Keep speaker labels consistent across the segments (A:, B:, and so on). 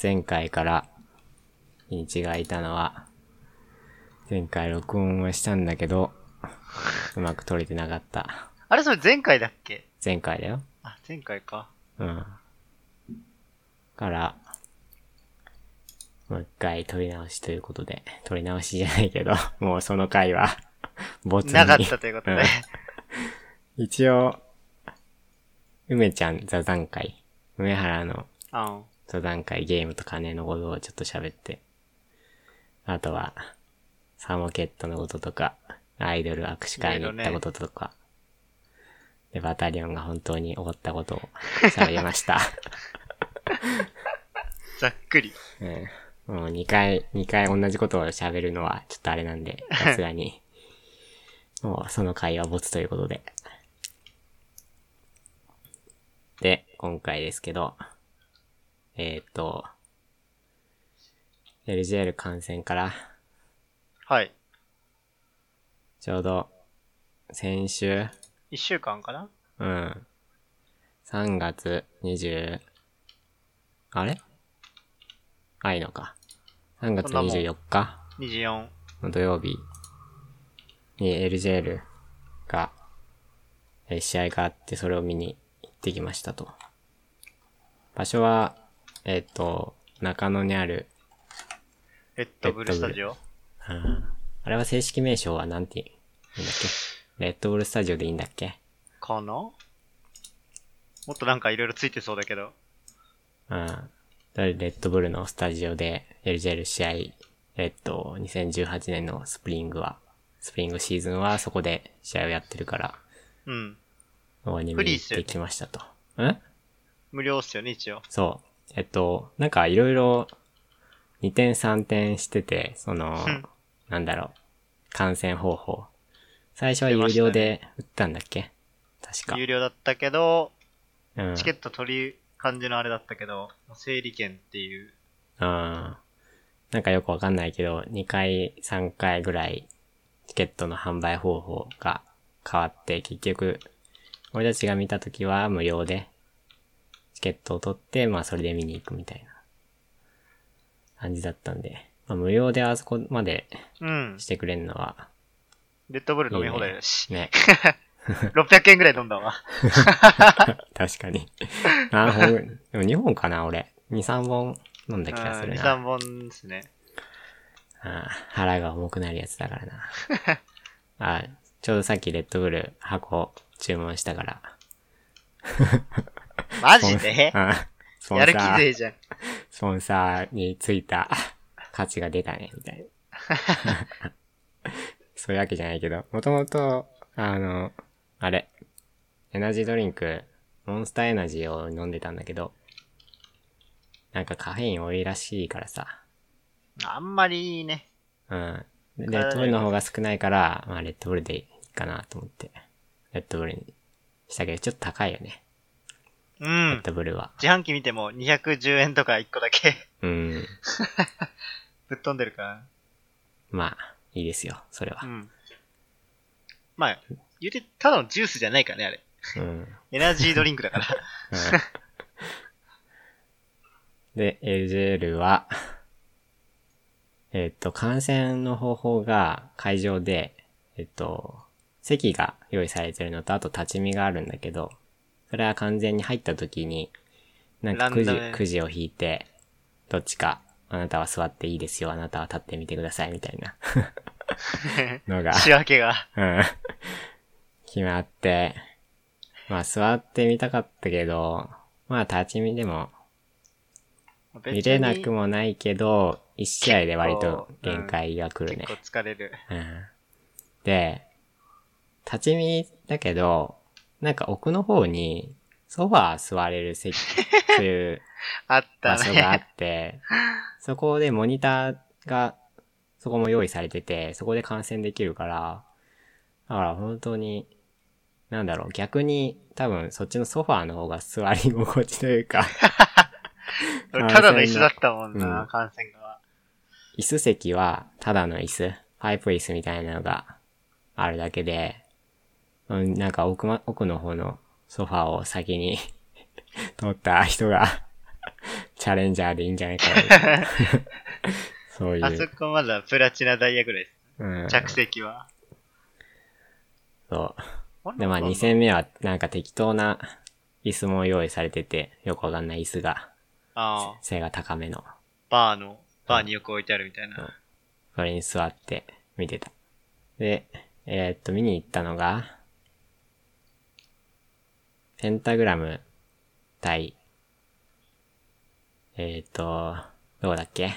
A: 前回から日にちが空いたのは、前回録音はしたんだけど、うまく撮れてなかった。
B: あれそれ前回だっけ
A: 前回だよ。
B: あ、前回か。
A: うん。から、もう一回撮り直しということで、撮り直しじゃないけど、 もうその回は、 ボツに。
B: なかったということ
A: う
B: で
A: ん。一応、梅ちゃん座談会、梅原の
B: あ ん。
A: 座談会ゲームと金のことをちょっと喋って、あとは、サーモケットのこととか、アイドル握手会に行ったこととか、で、バタリオンが本当に起こったことを喋りました。
B: ざっくり。
A: うん。もう2回、2回同じことを喋るのはちょっとあれなんで、さすがに。もうその回はボツということで。で、今回ですけど、えーっと、LGL 感染から、
B: はい。
A: ちょうど、先週、
B: 一週間かな
A: うん。3月20、あれあ、いいのか。3月
B: そんなもん
A: 24日
B: ?24。
A: 土曜日に LJL が、えー試合があって、それを見に行ってきましたと。場所は、えっ、と、中野にある、
B: レッドブルスタジオ。
A: うんあれは正式名称はなんて言うんだっけレッドブルスタジオでいいんだっけ
B: かなもっとなんかいろいろついてそうだけど。
A: うん。レッドブルのスタジオで LJL 試合、えっと、2018年のスプリングは、スプリングシーズンはそこで試合をやってるから、
B: うん。
A: 応援に見に行ってきましたと。ん
B: 無料っすよね、一応。
A: そう。えっと、なんかいろいろ2点3点してて、その
B: うん、
A: なんだろう、観戦方法。最初は
B: 出
A: 有
B: ましたね
A: 料で売ったんだっけ確か
B: 有。料だったけど、
A: うん。
B: チケット取り感じのあれだったけど、整理券っていう。
A: うん。なんかよくわかんないけど、2回、3回ぐらい、チケットの販売方法が変わって、結局、俺たちが見た時は無料で、チケットを取って、まあそれで見に行くみたいな感じだったんで、まあ無料であそこまで
B: うん
A: し。てくれるのは、
B: レッドブル飲み放題だし。
A: ね、
B: 600円ぐらい飲ん だわ。
A: 確かに。 何本、でも2本かな、俺。2、3本飲んだ気がす
B: うん
A: る
B: 2、
A: な。
B: 3本ですね。
A: ああ腹が重くなるやつだからな。 ああちょうどさっきレッドブル箱注文したから。
B: マジで
A: ああスポン
B: や
A: サ
B: る気勢
A: ー、
B: じゃん。
A: スポンサーについた価値が出たね、みたいな。 そういうわけじゃないけど、もともと、あの、あれ、エナジードリンク、モンスターエナジーを飲んでたんだけど、なんかカフェイン多いらしいからさ、
B: あんまりいいね。
A: うん。レッドブルの方が少ないから、まあ、レッドブルでいいかなと思って、レッドブルにしたけど、ちょっと高いよね、
B: う
A: レッ
B: ん。
A: ドブルは。
B: 自販機見ても210円とか1個だけ
A: うん。
B: ぶっ飛んでるか
A: まあ、いいですよ、それ
B: ら。う
A: は。
B: ん。まあ、言うて、ただのジュースじゃないからね、あれ。
A: うん。うん
B: エナジードリンクだから。
A: で、LJL は、えっと、観戦の方法が会場で、えっと、席が用意されてるのと、あと立ち見があるんだけど、それは完全に入った時に、なんか
B: ラ
A: くじ
B: ンダム、
A: くじを引いて、どっちか、あなたは座っていいですよ、あなたは立ってみてください、みたいな のが、
B: 仕分けが。
A: うん。決まって、まあ座ってみたかったけど、まあ立ち見でも見れなくもないけど、1試合で割と限界が来
B: 別
A: る
B: に
A: ね。
B: 結構疲れる。
A: うん、で、立ち見だけど、なんか奥の方にソファー座れる席という
B: あった
A: 場所があっ
B: ね。
A: て、そこでモニターがそこも用意されてて、そこで観戦できるから、だから本当に、なんだろう、逆に多分そっちのソファーの方が座り心地というか、
B: 俺 ただの椅子だったもん
A: うん
B: な、感染が。
A: 椅子席はただの椅子、パイプ椅子みたいなのがあるだけで、うんなんか奥,、ま、 奥の方のソファーを先に取った人がちャレンジャーでいいんじゃないかな。 そうい。
B: あそうこまだプラチナダイヤぐらいです。
A: うん。
B: 着席は。
A: そ
B: ほん
A: う。で、まあ2
B: 2000。
A: 戦目はなんか適当な椅子も用意されてて、よくわかんない椅子が、
B: ああ、
A: 背が高めの。
B: バーの、バーによく置いてあるみたいな。
A: それに座って見てた。で、えーっと、見に行ったのが、ペンタグラム対、えーっと、どうだっけ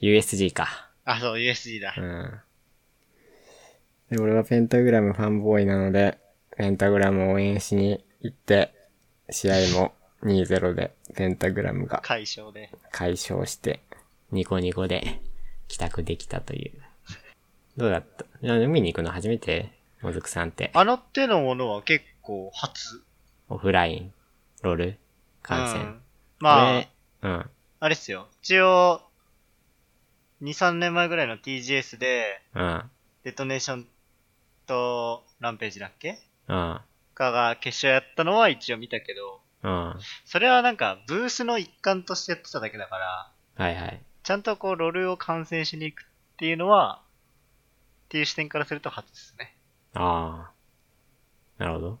A: ?USG か。
B: あ、そう、USG だ
A: う。ん。で、俺はペンタグラムファンボーイなので、ペンタグラムを応援しに行って、試合も2-0でペンタグラムが
B: 解消で。
A: 解消して、ニコニコで帰宅できたという。どうだったいや見に行くの初めてもずくさんって。
B: あの手のものは結構初。
A: オフライン、ロール、観
B: う
A: 戦
B: ん。まあ
A: 俺、うん。
B: あれっすよ。一応、2、3年前ぐらいの TGS で、
A: うん。
B: デトネーションとランページだっけ
A: うん。
B: かが決勝やったのは一応見たけど、
A: うん。
B: それはなんかブースの一環としてやってただけだから、
A: はいはい。
B: ちゃんとこうロールを観戦しに行くっていうのは、っていう視点からすると初ですね。
A: ああ。なるほど。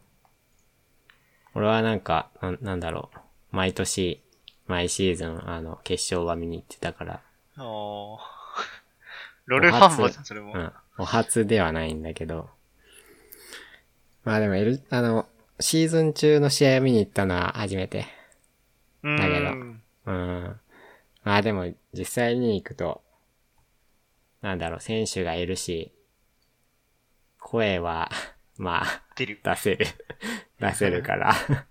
A: 俺はなんか、なんなんだろう。毎年、毎シーズン、あの、決勝は見に行ってたから、
B: おーロールファンも
A: お初
B: それも。
A: うん。お初ではないんだけど。まあでも、L、あの、シーズン中の試合を見に行ったのは初めて。
B: うー
A: だけど
B: ん。
A: うん。まあでも、実際に行くと、なんだろう、選手がいるし、声は、 まあ、
B: 出る。
A: 出せる。 出せるから。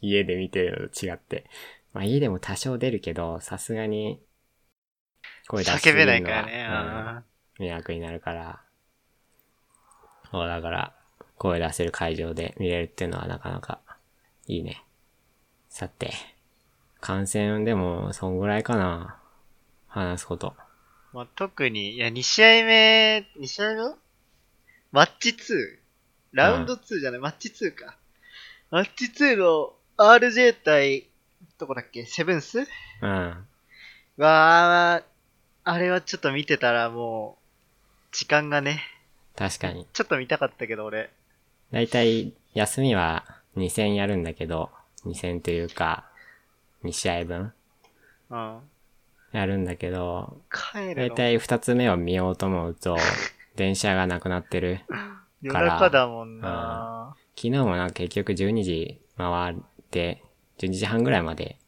A: 家で見てるのと違って。まあ家でも多少出るけど、さすがに、声出しす
B: 叫
A: ぎる
B: べ
A: のは
B: ないからね。
A: うん
B: あ
A: 迷惑になるから。そう、だから、声出せる会場で見れるっていうのはなかなかいいね。さて、感染でも、そんぐらいかな。話すこと。
B: ーまあ、特に、いや、2試合目、2試合目マッチ 2? ラウンド2じゃない、マッチ2か。マッチ2の RJ 対、どこだっけ、セブンス
A: うん。
B: わあ、あれはちょっと見てたらもう、時間がね、
A: 確かに。
B: ちょっと見たかったけど俺、
A: だいたい、休みは2戦やるんだけど、2戦というか、2試合分
B: うん、
A: やるんだけど、
B: 帰
A: だ
B: る
A: い
B: の
A: たい2つ目を見ようと思うと、電車がなくなってる。
B: 夜中だもんな
A: 昨日もなんか結局12時回って、12時半ぐらいまで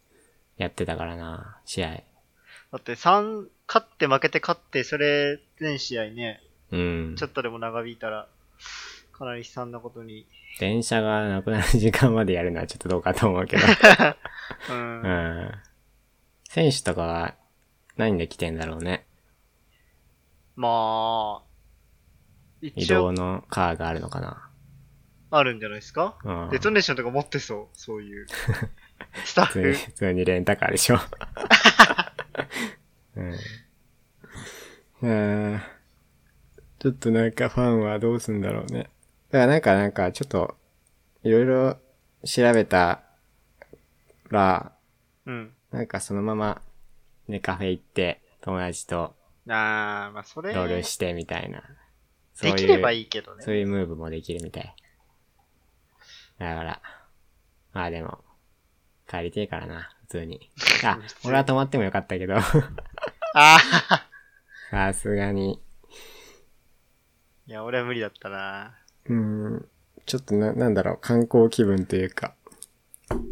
A: やってたからな、試合。
B: だって3、勝って負けて勝って、それ全試合ね、
A: うん
B: ち。ょっとでも長引いたら、かなり悲惨なことに。
A: 電車がなくなる時間までやるのはちょっとどうかと思う けど。
B: う。
A: うんん。選手とかは何で来てんだろうね。
B: まあ、
A: 移
B: 一
A: 動
B: 応、
A: のカーがあるのかな。
B: あるんじゃないですか
A: うん。
B: デトネーションとか持ってそう、そ ういう。スタッ
A: 普通に、
B: フ。
A: 普通にレンタカーでしょ。 うん。うん。ちょっとなんかファンはどうすんだろうね。だからなんかなんかちょっと、いろいろ調べたら、
B: うん。
A: なんかそのまま、ね、カフェ行って、友達と
B: あー、まあそれ、
A: ロール
B: で
A: してみたいな。
B: きれば
A: い
B: いいけどね。
A: そういうムーブもできるみたい。だから、まあでも、帰りてえからな、普通 に。あ
B: 普、通に
A: 俺は泊まってもよかったけど、
B: あー
A: さすがに、
B: いや、俺は無理だったな。
A: うん、ちょっとな、なんだろう、観光気分というか、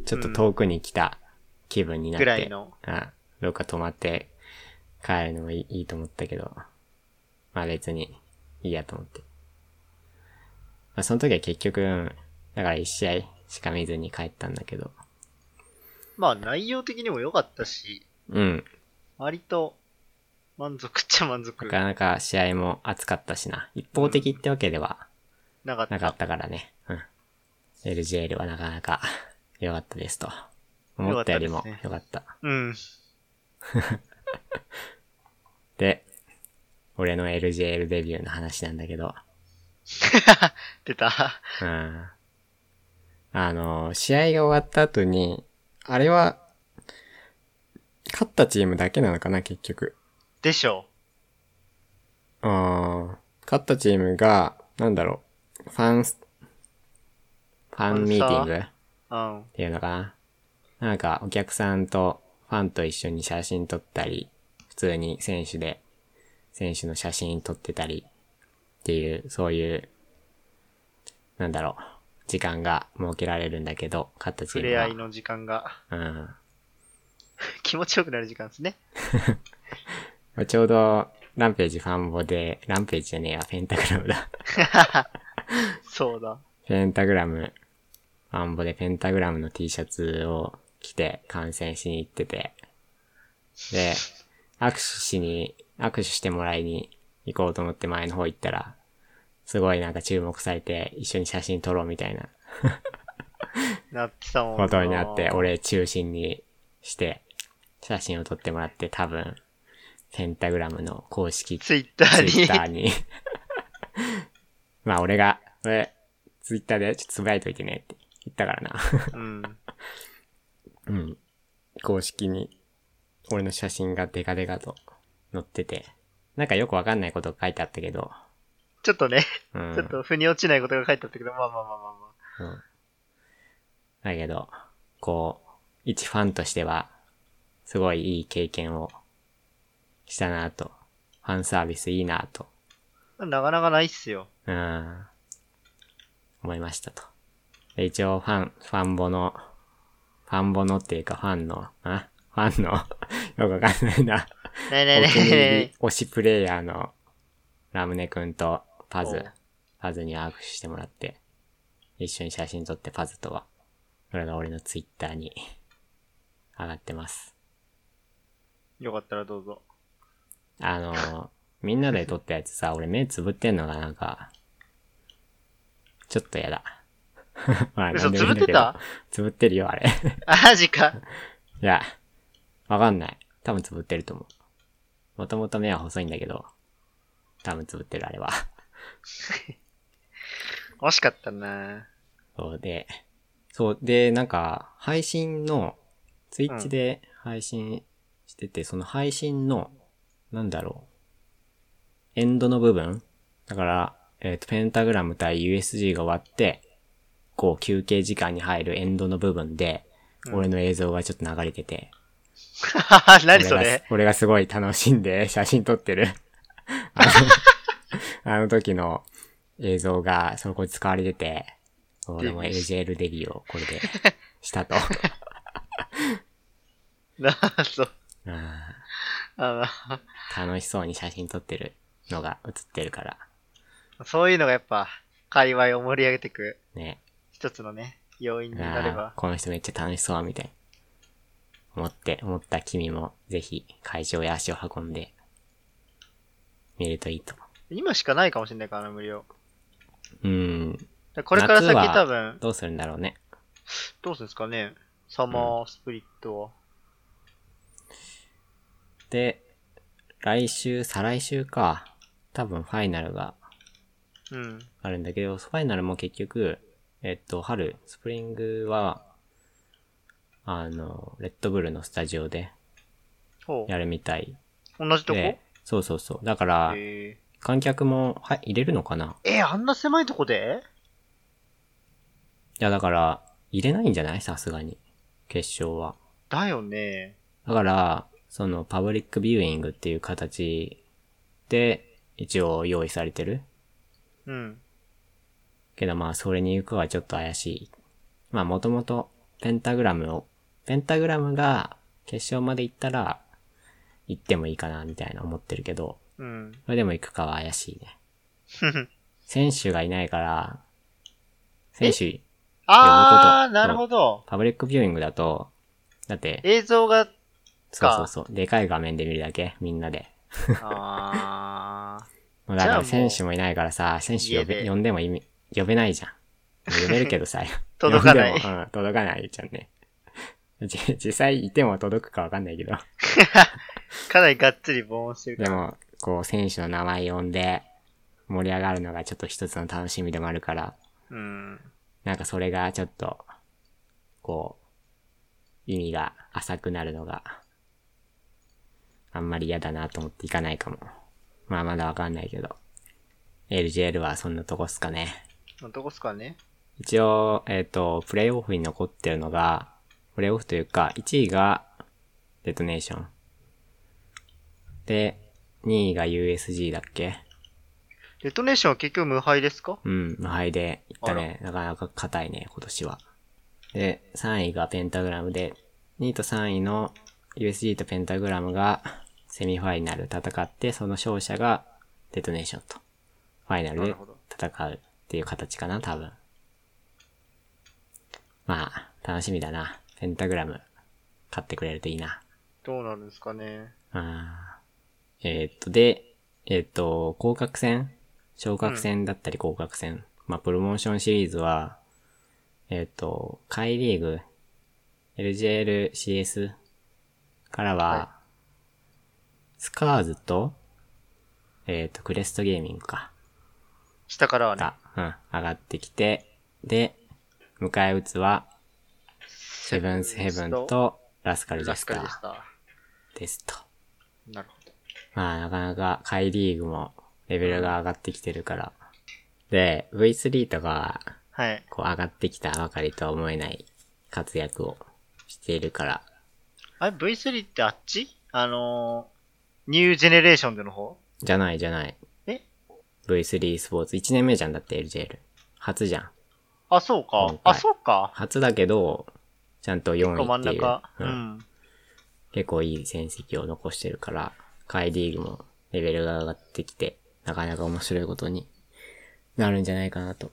A: ちょっと遠くに来た気分になって、
B: ぐらいの。
A: あ、どっか泊まって帰るのもいいいいと思ったけど、まあ別にいいやと思って。まあその時は結局、うんだから一試合しか見ずに帰ったんだけど、
B: まあ、内容的にも良かったし、
A: うん、
B: 割と、満足っちゃ満足
A: なかなか試合も熱かったしな。一方的ってわけでは
B: なかっ
A: な
B: た。
A: かったからね。うん。LGL はなかなか良かったですと。思ったよりも良かった。
B: うん。
A: で、俺の LGL デビューの話なんだけど、
B: 出た。
A: うん。あの、試合が終わった後に、あれは、勝ったチームだけなのかな、結局。
B: でしょ
A: あー勝ったチームが、なんだろう、ファンス、ファンミーティングっ
B: う。うん。
A: ていうのかな。なんか、お客さんとファンと一緒に写真撮ったり、普通に選手で、選手の写真撮ってたり、っていう、そういう、なんだろう、時間が設けられるんだけど、勝ったチ
B: 触
A: ーム
B: れ
A: は。
B: 合いの時間が、
A: うん。
B: 気持ちよくなる時間ですね。
A: まあちょうど、ランページファンボで、ランページじゃねえや、ペンタグラムだ。
B: そうだ。
A: ペンタグラム、ファンボでペンタグラムの T シャツを着て観戦しに行ってて、で、握手しに、握手してもらいに行こうと思って前の方行ったら、すごいなんか注目されて一緒に写真撮ろうみたいな
B: なってたもんな。
A: ことになって、俺中心にして写真を撮ってもらって多分、ペンタグラムの公式
B: ツイッタ
A: ツ
B: ー
A: イ
B: に。
A: ッターに。 まあ俺が、俺、ツイッターでちょっとつぶやいといてねって言ったからな。
B: うん。
A: うん。公式に、俺の写真がデカデカと載ってて、なんかよくわかんないこと書いてあったけど、
B: ちょっとね、
A: うん。
B: ちょっと腑に落ちないことが書いてあったけど、まあまあまあまあまあ。
A: うん。だけど、こう、一ファンとしては、すごいいい経験をしたなと。ファンサービスいいなと。
B: なかなかないっすよ。
A: うん。思いましたと。で一応ファン、ファンボの、ファンボのっていうかファンの、あファンの、よ くわかんないな。
B: ねえねえ
A: お
B: ね
A: 気に入
B: えね
A: り
B: え。
A: 推しプレイヤーのラムネくんとパ
B: お
A: ズ
B: う、
A: パズに握手してもらって、一緒に写真撮ってパズとは、それが俺のツイッターに上がってます。
B: よかったらどうぞ。
A: あのー、みんなで撮ったやつさ、俺目つぶってんのがなんか、ちょっとやだ。 まあ
B: 嘘、
A: なんでもい
B: つ
A: いん
B: ぶっ
A: だ
B: て
A: けど
B: た
A: つぶってるよ、あれ。
B: あ、マジか。
A: いや、わかんない。多分つぶってると思う。もともと目は細いんだけど、多分つぶってる、あれは。
B: 惜しかったな
A: そうで、そうで、なんか、配信の、ツイッチで配信してて、その配信の、なんだろう、エンドの部分だから、えっ、と、ペンタグラム対 USG が終わって、こう、休憩時間に入るエンドの部分で、
B: うん
A: 俺の映像がちょっと流れてて、
B: 何そ
A: 俺が
B: れ
A: 俺がすごい楽しんで写真撮って る。あのあの時の映像がそこに使われてて、俺も AJL デビューをこれでした と。
B: なあ、 そう。
A: うん
B: あま
A: 楽しそうに写真撮ってるのが映ってるから、
B: あそういうのがやっぱ、界隈を盛り上げてく
A: ね。
B: 一つのね、要因になれ
A: あ
B: ば
A: ー。この人めっちゃ楽しそうみたいな。思って、思った君もぜひ会場へ足を運んで見るといいと。
B: 今しかないかもしれないからな、無料。
A: うん。
B: でこれから
A: 夏
B: 先
A: は
B: 多分、
A: どうするんだろうね。
B: どうするんですかねサマースプリットは。
A: で、来週、再来週か。多分ファイナルが
B: うん。
A: あるんだけど、ファイナルも結局、えっと、春、スプリングは、あの、レッドブルのスタジオで
B: ほ。
A: やるみたいう
B: 同じとこ
A: で
B: へ、
A: そうそうそう。だから、
B: え
A: 観客も、はい、入れるのかない
B: え、あんな狭いとこで
A: や、だから、入れないんじゃないさすがに。決勝は。
B: だよね。
A: だから、その、パブリックビューイングっていう形で、一応用意されてる
B: うん。
A: けどまあ、それに行くはちょっと怪しい。まあ、もともと、ペンタグラムを、ペンタグラムが決勝まで行ったら、行ってもいいかな、みたいな思ってるけど、
B: うん。
A: それでも行くかは怪しいね。 選手がいないから、選手、
B: あ
A: い
B: ー、
A: やそう
B: な
A: いう
B: る
A: こ
B: ほど。
A: パブリックビューイングだと、だって、
B: 映 像が、
A: そうそうそう、でかい画面で見るだけ、みんなで。
B: あ
A: もうだか
B: じゃ
A: ら
B: あもう
A: 選手もいないからさ、選手呼
B: 家
A: べ
B: で
A: 呼んでも意味、呼べないじゃん。呼べるけどさ、
B: ー、届かな
A: 呼
B: い
A: ん。でもうん、届かないじゃんね。 じ実際いても届くかわかんないけど。
B: かなりがっつり防音してるか
A: で
B: ら。
A: も、こう、選手の名前呼んで、盛り上がるのがちょっと一つの楽しみでもあるから、
B: うん。
A: なんかそれがちょっと、こう、意味が浅くなるのが、あんまり嫌だなと思っていかないかも。まあまだわかんないけど。LGL はそんなとこっすかね。
B: のとこっすかね。
A: 一応、えっ、と、プレイオフに残ってるのが、プレイオフというか、1位がデトネーション。で、2位が USG だっけ
B: デトネーションは結局無敗ですか
A: うん、無敗でいったね。なかなか硬いね、今年は。で、3位がペンタグラムで、2位と3位の USG とペンタグラムがセミファイナル戦って、その勝者がデトネーションと、ファイナル
B: な
A: で
B: るほど
A: 戦うっていう形かな、多分。まあ、楽しみだな。ペンタグラム、勝ってくれるといいな。
B: どうなるんですかね。
A: あーえーっと、で、えーっと、広角戦昇格戦だったり広角戦。まあ、プロモーションシリーズは、えーっと、下位リーグ、LJLCS からは、
B: はい
A: スカーズと、えーっと、クレストゲーミングか。
B: 下からはね、
A: が、うん、上がってきて、で、迎え撃つは、セブンスヘブンとラスカルジェ
B: ラ
A: ス
B: ス
A: タ
B: カルでし
A: ー
B: た。
A: ですと。
B: なるほど。
A: まあ、なかなか、下位リーグも、レベルが上がってきてるから。で、V3 とかは、
B: はい。
A: こう、上がってきたばかりとは思えない活躍をしているから。
B: あれ、V3 ってあっちあのー、ニュージェネレーションでの方
A: じゃない、じゃない。
B: え
A: V3 スポーツ、1年目じゃんだって、LJL。初じゃん。
B: あ、そう
A: 今
B: か
A: 回。
B: あ、そうか。
A: 初だけど、ちゃんと4
B: 真
A: 位
B: ん
A: っていう。
B: 中。う
A: うん
B: ん。
A: 結構いい戦績を残してるから、下位リーグもレベルが上がってきて、なかなか面白いことになるんじゃないかなと。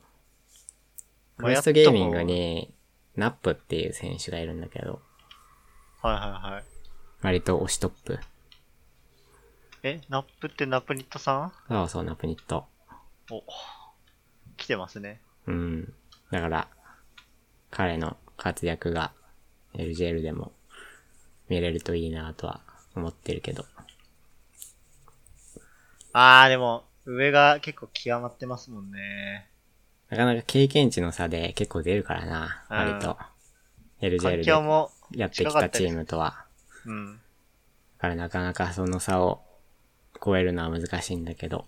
A: ク
B: まあ
A: レ
B: やっ
A: ス
B: と
A: トゲーミングに、ナップっていう選手がいるんだけど、
B: はいはいはい。
A: 割と推しトップ。
B: え、ナップってナプニットさん
A: そうそう、ナップニット。
B: お、来てますね。
A: うん。だから、彼の活躍が LJL でも見れるといいなとは思ってるけど。
B: あー、でも、上が結構極まってますもんね。
A: なかなか経験値の差で結構出るからな、
B: うん
A: 割と。LJL
B: 環境
A: で
B: も、
A: やってきたチームとは。
B: うん。
A: だからなかなかその差を超えるのは難しいんだけど。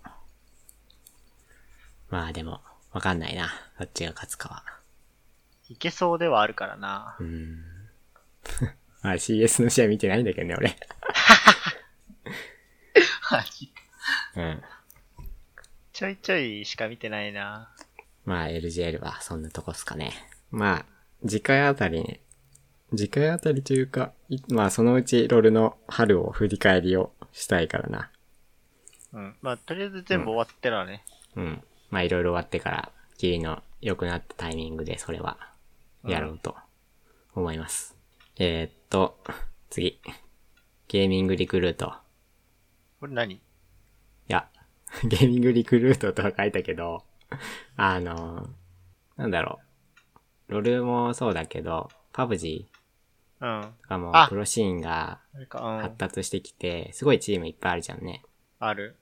A: まあでも、わかんないな。どっちが勝つかは。
B: いけそうではあるからな
A: う。ーん。 まあ CS の試合見てないんだけどね、俺。
B: はい
A: うん。
B: ちょいちょいしか見てないな。
A: まあ LGL はそんなとこっすかね。まあ、次回あたりね。次回あたりというか、いまあそのうちロールの春を振り返りをしたいからな。
B: うん。まあ、とりあえず全部終わってらね。
A: うん。まあいろいろ終わってから、キリの良くなったタイミングでそれは、やろうと思います。えーっと、次。ゲーミングリクルート。
B: これ何
A: いや、 ゲーミングリクルートとは書いたけど、あの、なんだろう。ロルもそうだけど、パブジ
B: うん。あ
A: ーとかも
B: あ
A: プロシーンが
B: れか、う
A: 発
B: ん。
A: 達してきて、すごいチームいっぱいあるじゃんね。
B: ある。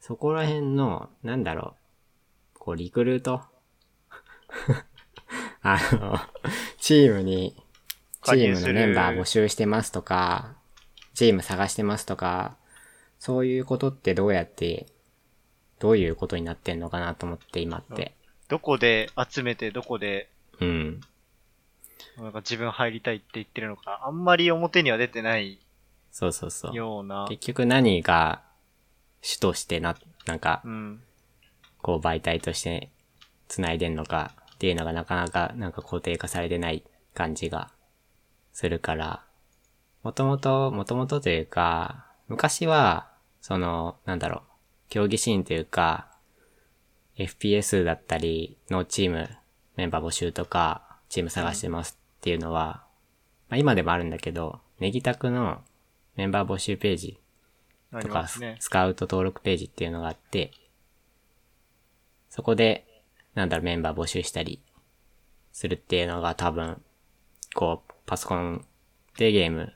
A: そこら辺の、なんだろう、こう、リクルート あの、チームに、チ
B: 加入
A: ームのメンバー募集してますとか、チーム探してますとか、そういうことってどうやって、どういうことになってんのかなと思って今って。
B: どこで集めて、どこで、
A: うん。
B: なんか自分入りたいって言ってるのか、あんまり表には出てない
A: そうそうそう。
B: ような。
A: 結局何が主としてな、なんか
B: う、ん。
A: こう媒体として繋いでんのかっていうのがなかなかなんか固定化されてない感じがするから、もともと、もともとというか、昔は、その、なんだろう、競技シーンというか、FPS だったりのチーム、メンバー募集とか、チーム探してますっていうのは、まあ今でもあるんだけど、ネギタクのメンバー募集ページ
B: あ
A: と
B: り
A: か
B: ますね、。
A: スカウト登録ページっていうのがあって、そこで、なんだろう、メンバー募集したりするっていうのが多分、こう、パソコンでゲーム、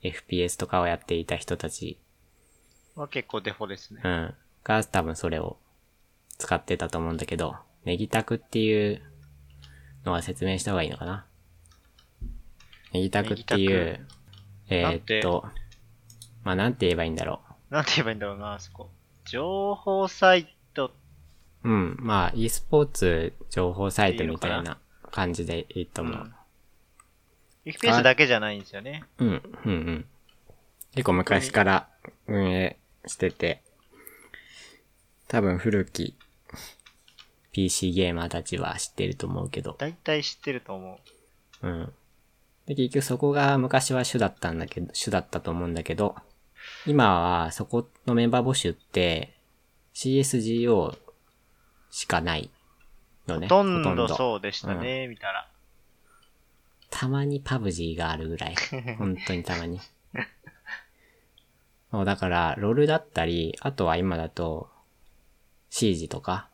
A: FPS とかをやっていた人たち、
B: まあ結構デフォですね
A: う。ん、が多分それを使ってたと思うんだけど、ネギタクっていうのは説明した方がいいのかなネギタクってい
B: ネギタ
A: う、え
B: なん
A: ー
B: て
A: っと、まあ、なんて言えばいいんだろ
B: なんて言えばいいんだろうな、あそこ。情報サイト、
A: う。うん。まあ、e スポーツ情報サイトみた
B: い
A: い
B: いの
A: な感じでいいと思う。
B: ウィキペディアだけじゃないんですよね。
A: うん、うん、うん。結構昔から運営してて、多分古き PC ゲーマーたちは知ってると思うけど、
B: 大体知ってると思
A: うん。で、結局そこが昔は主だったんだけど、主だったと思うんだけど、今はそこのメンバー募集って CSGO しかないの
B: う。
A: ね。
B: ほとんどそうでしたね、見たら。
A: たまにパブジーがあるぐ らい。本当にたまに。そうだから、ロールだったり、あとは今だと、シージとか、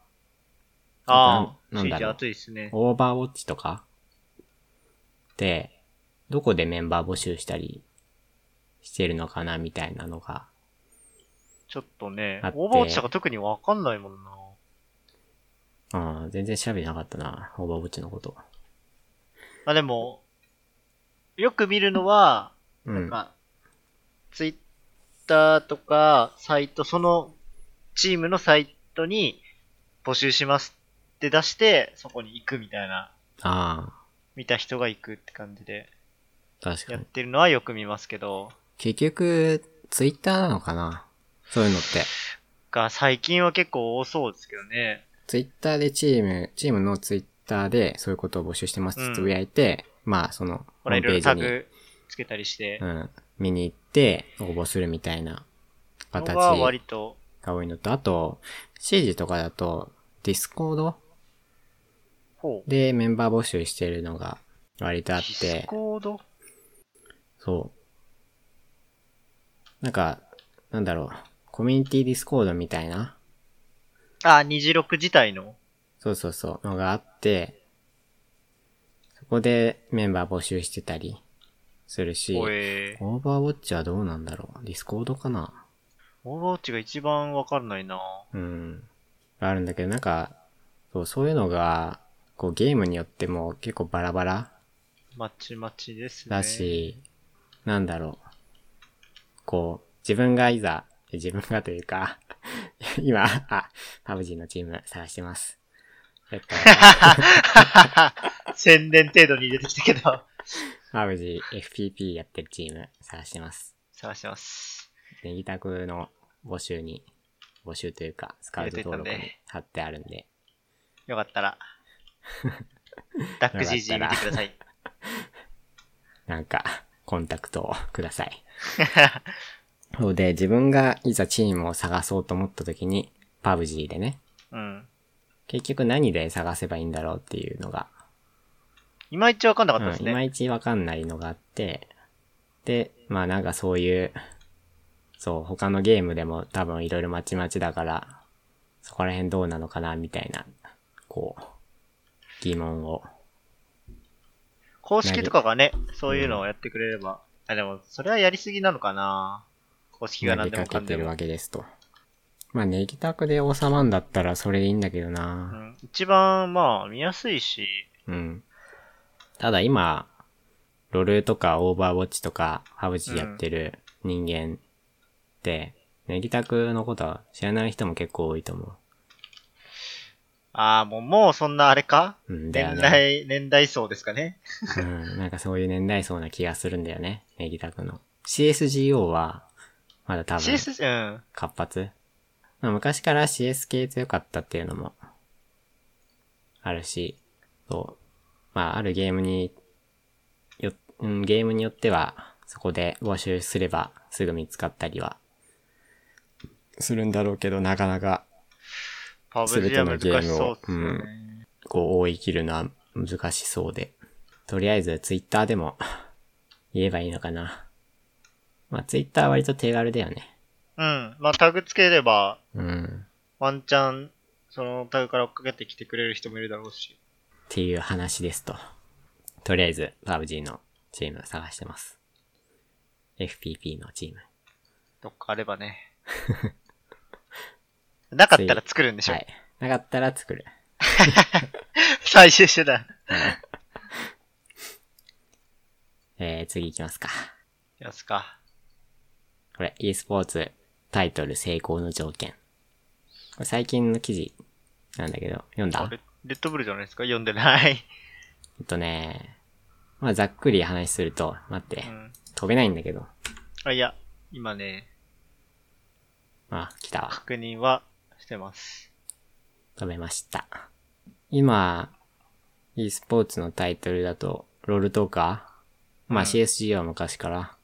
B: ああ、
A: な
B: シ
A: ん
B: ー
A: だ
B: ジ
A: ろう
B: 熱いですね。
A: オーバーウォッチとか、で、どこでメンバー募集したりしてるのかなみたいなのが、
B: ちょっとね
A: あっ、て
B: オーバーウォッチとか特にわかんないもんな。
A: うん、全然調べてなかったな、オーバーウォッチのこと。
B: まあでも、よく見るのは、
A: うん。
B: まあ、ツイッターとか、サイト、そのチームのサイトに募集しますって出して、そこに行くみたいな、
A: あ
B: 見た人が行くって感じで、
A: あ、確か
B: やっ
A: に。
B: てるのはよく見ますけど、
A: 結局、ツイッターなのかなそういうのって。
B: が最近は結構多そうですけどね。
A: ツイッターでチーム、チームのツイッターでそういうことを募集してます
B: うん
A: つぶやいて、まあその、
B: ほら、いろ
A: ホ
B: いろ
A: ー
B: タ
A: ムペー
B: グつけたりして
A: ジ、に、うん、見に行って応募するみたいな
B: の
A: 形
B: が割と、
A: が多いのと、あと、シージとかだと、ディスコード
B: ほう。
A: でメンバー募集してるのが割とあっ
B: ディス
A: て、
B: コード
A: そう。なんか、なんだろう、コミュニティディスコードみたいな、
B: あ、虹六自体の。
A: そうそうそう、のがあって、そこでメンバー募集してたりするし、
B: ほえー
A: オーバーウォッチはどうなんだろうディスコードかな
B: オーバーウォッチが一番わかんないな
A: うん。あるんだけど、なんか、そう、そういうのが、こうゲームによっても結構バラバラ
B: まちまちですね。
A: だし、なんだろう。こう、自分がいざ、自分がというか、 今、あ、パブジーのチーム探してます。えっと、
B: 宣伝程度に出てきたけど。
A: パブジー FPP やってるチーム探してます。
B: 探してます。
A: ネギタクの募集に、募集というか、スカウト登録
B: 入れて
A: に
B: たね
A: 貼ってあるんで、
B: よかっ たら。ダック GG 見てください。
A: なんか、 コンタクトをください。 そうで、自分がいざチームを探そうと思った時に、パブジーでね、
B: うん。
A: 結局何で探せばいいんだろうっていうのが、
B: いまいちわかんなかった
A: う
B: で
A: ん、
B: す
A: いま
B: ね。
A: いちわかんないのがあって、で、まあなんかそういう、そう、他のゲームでも多分いろいろまちまちだから、そこら辺どうなのかな、みたいな、こう、疑問を。
B: 公式とかがね、そういうのをやってくれれば。あ、でも、それはやりすぎなのかな公式が
A: 投
B: 何
A: げ
B: でも
A: か
B: か
A: け
B: んで
A: てる
B: も
A: わ。けですと。まあ、ネギタクで収まんだったらそれでいいんだけど
B: う
A: な、
B: ん、一番、まあ、見やすいし、
A: うん、ただ今、ロルとかオーバーウォッチとかハブジやってる人間って、ネギタクのことは知らない人も結構多いと思
B: ああ、もう、もうそんなあれか
A: う。うんだよ
B: 年
A: ね。
B: 代、年代層ですかね。
A: うん。なんかそういう年代層な気がするんだよね。ネギタクの。CSGO は、まだ多分、
B: CS、うん。
A: 活発。まあ、昔から CS 系強かったっていうのも、あるし、そう。まあ、あるゲームに、よ、うん、ゲームによっては、そこで募集すればすぐ見つかったりは、するんだろうけど、なかなか、
B: パブ G は難しそうですよね。
A: こう、覆い切るのは難しそうで。とりあえず、ツイッターでも、言えばいいのかな。まあ、ツイッターは割と手軽だよね。
B: うん。まあ、タグつければ、
A: うん。
B: ワンチャン、そのタグから追っかけてきてくれる人もいるだろうし。
A: っていう話ですと。とりあえず、パブ G のチーム探してます。FPP のチーム。
B: どっかあれば ね。なかったら作るんでしょ、
A: はい。なかったら作る。
B: 最終手段。
A: えー、次行きますか。
B: やつか。
A: これ、e スポーツタイトル成功の条件。これ最近の記事なんだけど、読んだ
B: あレレッドブルじゃないですか読んでない。
A: えっとね、まあざっくり話すると、待って
B: う、ん。
A: 飛べないんだけど。
B: あ、いや、今ね、
A: あ、来たわ。
B: 確認はしてます。
A: 飛べました。今、e スポーツのタイトルだと、ロールトーカーまあ
B: うん
A: CSG は昔から、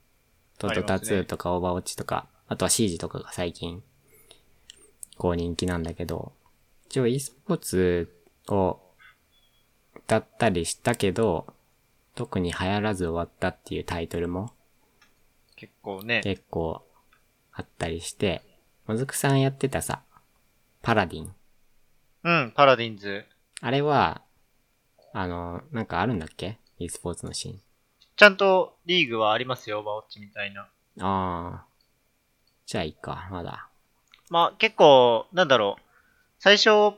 A: ト
B: あり
A: ト
B: ま
A: タ
B: すね
A: ツーとかオーバーウォッチとか、あとはシージとかが最近、こう人気なんだけど、一応 e スポーツを歌ったりしたけど、特に流行らず終わったっていうタイトルも
B: 結構ね。
A: 結構あったりして、もずくさんやってたさ、パラディン。
B: うん、パラディンズ。
A: あれは、あの、なんかあるんだっけ e スポーツのシーン。
B: ちゃんとリーグはありますよ、バオッチみたいな。
A: ああ。じゃあいいか、まだ。
B: まあ結構、なんだろう。最初、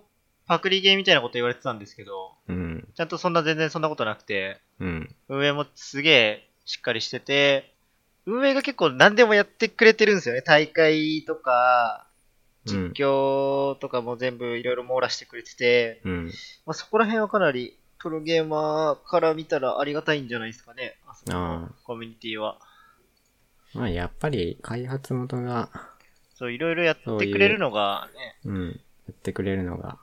B: パクリゲーみたいなこと言われてたんですけど、
A: うん、
B: ちゃんとそんな全然そんなことなくて、
A: うん、
B: 運営もすげえしっかりしてて、運営が結構何でもやってくれてるんですよね。大会とか、
A: う
B: 実
A: ん、
B: 況とかも全部いろいろ網羅してくれてて、
A: うん。
B: まあ、そこら辺はかなりプロゲーマーから見たらありがたいんじゃないですかね。あそこのコミュニティは。
A: まあやっぱり開発元が、
B: そう、いろいろやってくれるのがね、
A: うん、やってくれるのが、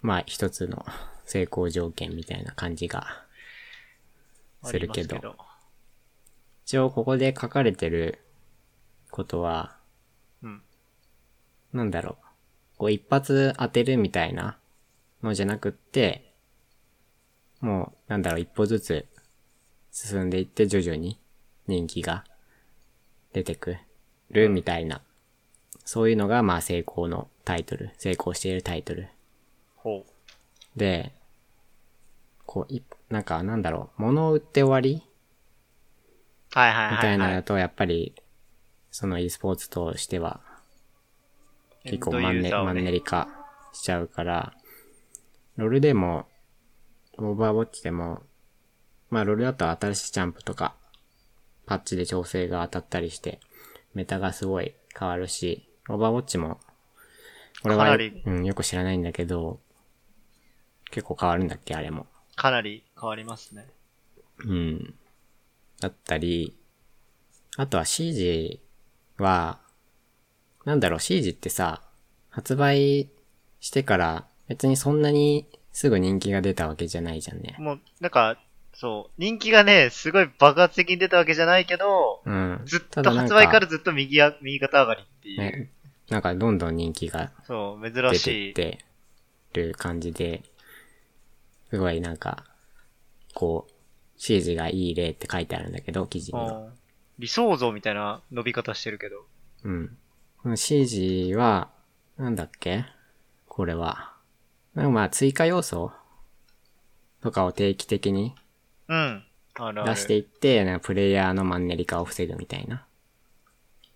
A: まあ一つの成功条件みたいな感じが
B: あ
A: す
B: り
A: る
B: ます
A: け
B: け
A: ど。
B: ど。
A: 一応ここで書かれてることは、
B: うん。
A: なんだろう。こう一発当てるみたいなのじゃなくって、もう、なんだろう、一歩ずつ進んでいって徐々に人気が出てくるみたいな。そういうのが、まあ成功のタイトル、成功しているタイトル。
B: ほう。
A: で、こう、い、なんか、なんだろう、物を売って終わり
B: はいはいはい、はい。
A: みたいなのだと、やっぱり、その e スポーツとしては、結構マンネ、
B: エンドユーザーを
A: マ
B: ね
A: ンネリ化しちゃうから、ロルでも、オーバーウォッチでも、まあロルだと新しいジャンプとか、パッチで調整が当たったりして、メタがすごい変わるし、オーバーウォッチも、俺
B: か
A: は、
B: な
A: う
B: り
A: ん、よく知らないんだけど、結構変わるんだっけ、あれも。
B: かなり変わりますね。
A: うん。だったり、あとは CG は、なんだろう、CG ってさ、発売してから別にそんなにすぐ人気が出たわけじゃないじゃんね。
B: もう、なんか、そう、人気がね、すごい爆発的に出たわけじゃないけど、
A: うん。
B: ずったと
A: だなん
B: 発売からずっと右や右肩上がりっていう、
A: ね、なんかどんどん人気が
B: そう、珍
A: 出
B: して
A: っ
B: い。
A: てる感じで、すごいなんか、こう、CG がいい例って書いてあるんだけど、記事には。
B: うん理想像みたいな伸び方してるけど。
A: うん。この CG は、なんだっけこれは。なんかまあ追加要素とかを定期的に
B: うん。あるある
A: 出していって、なんかプレイヤーのマンネリ化を防ぐみたいな。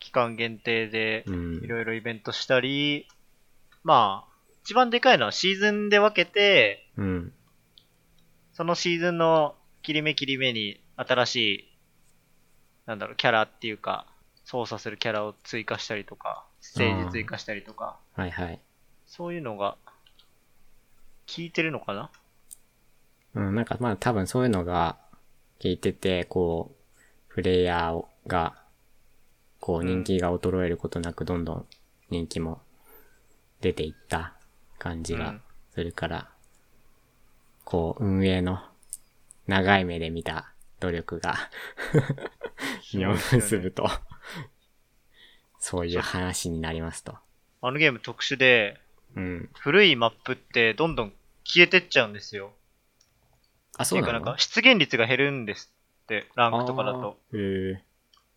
B: 期間限定で
A: う、ん
B: い。ろいろイベントしたり、まあ、一番でかいのはシーズンで分けて、
A: うん。
B: そのシーズンの切り目切り目に新しい、なんだろう、キャラっていうか、操作するキャラを追加したりとか、ステージ追加したりとか、
A: はいはい。
B: そういうのが、効いてるのかな
A: うん、なんかまあ多分そういうのが聞いてて、こう、プレイヤーが、こう人気が衰えることなくどんどん人気も出ていった感じ
B: う
A: が
B: ん
A: するから、こう運営の長い目で見た努力が実を結ぶと、 そういう話になりますと。
B: あのゲーム特殊で、
A: うん。
B: 古いマップってどんどん消えてっちゃうんですよ。
A: あ、
B: って
A: そ
B: いううか
A: な
B: なん
A: の
B: か、出現率が減るんですって、ランクとかだと。。
A: あーへー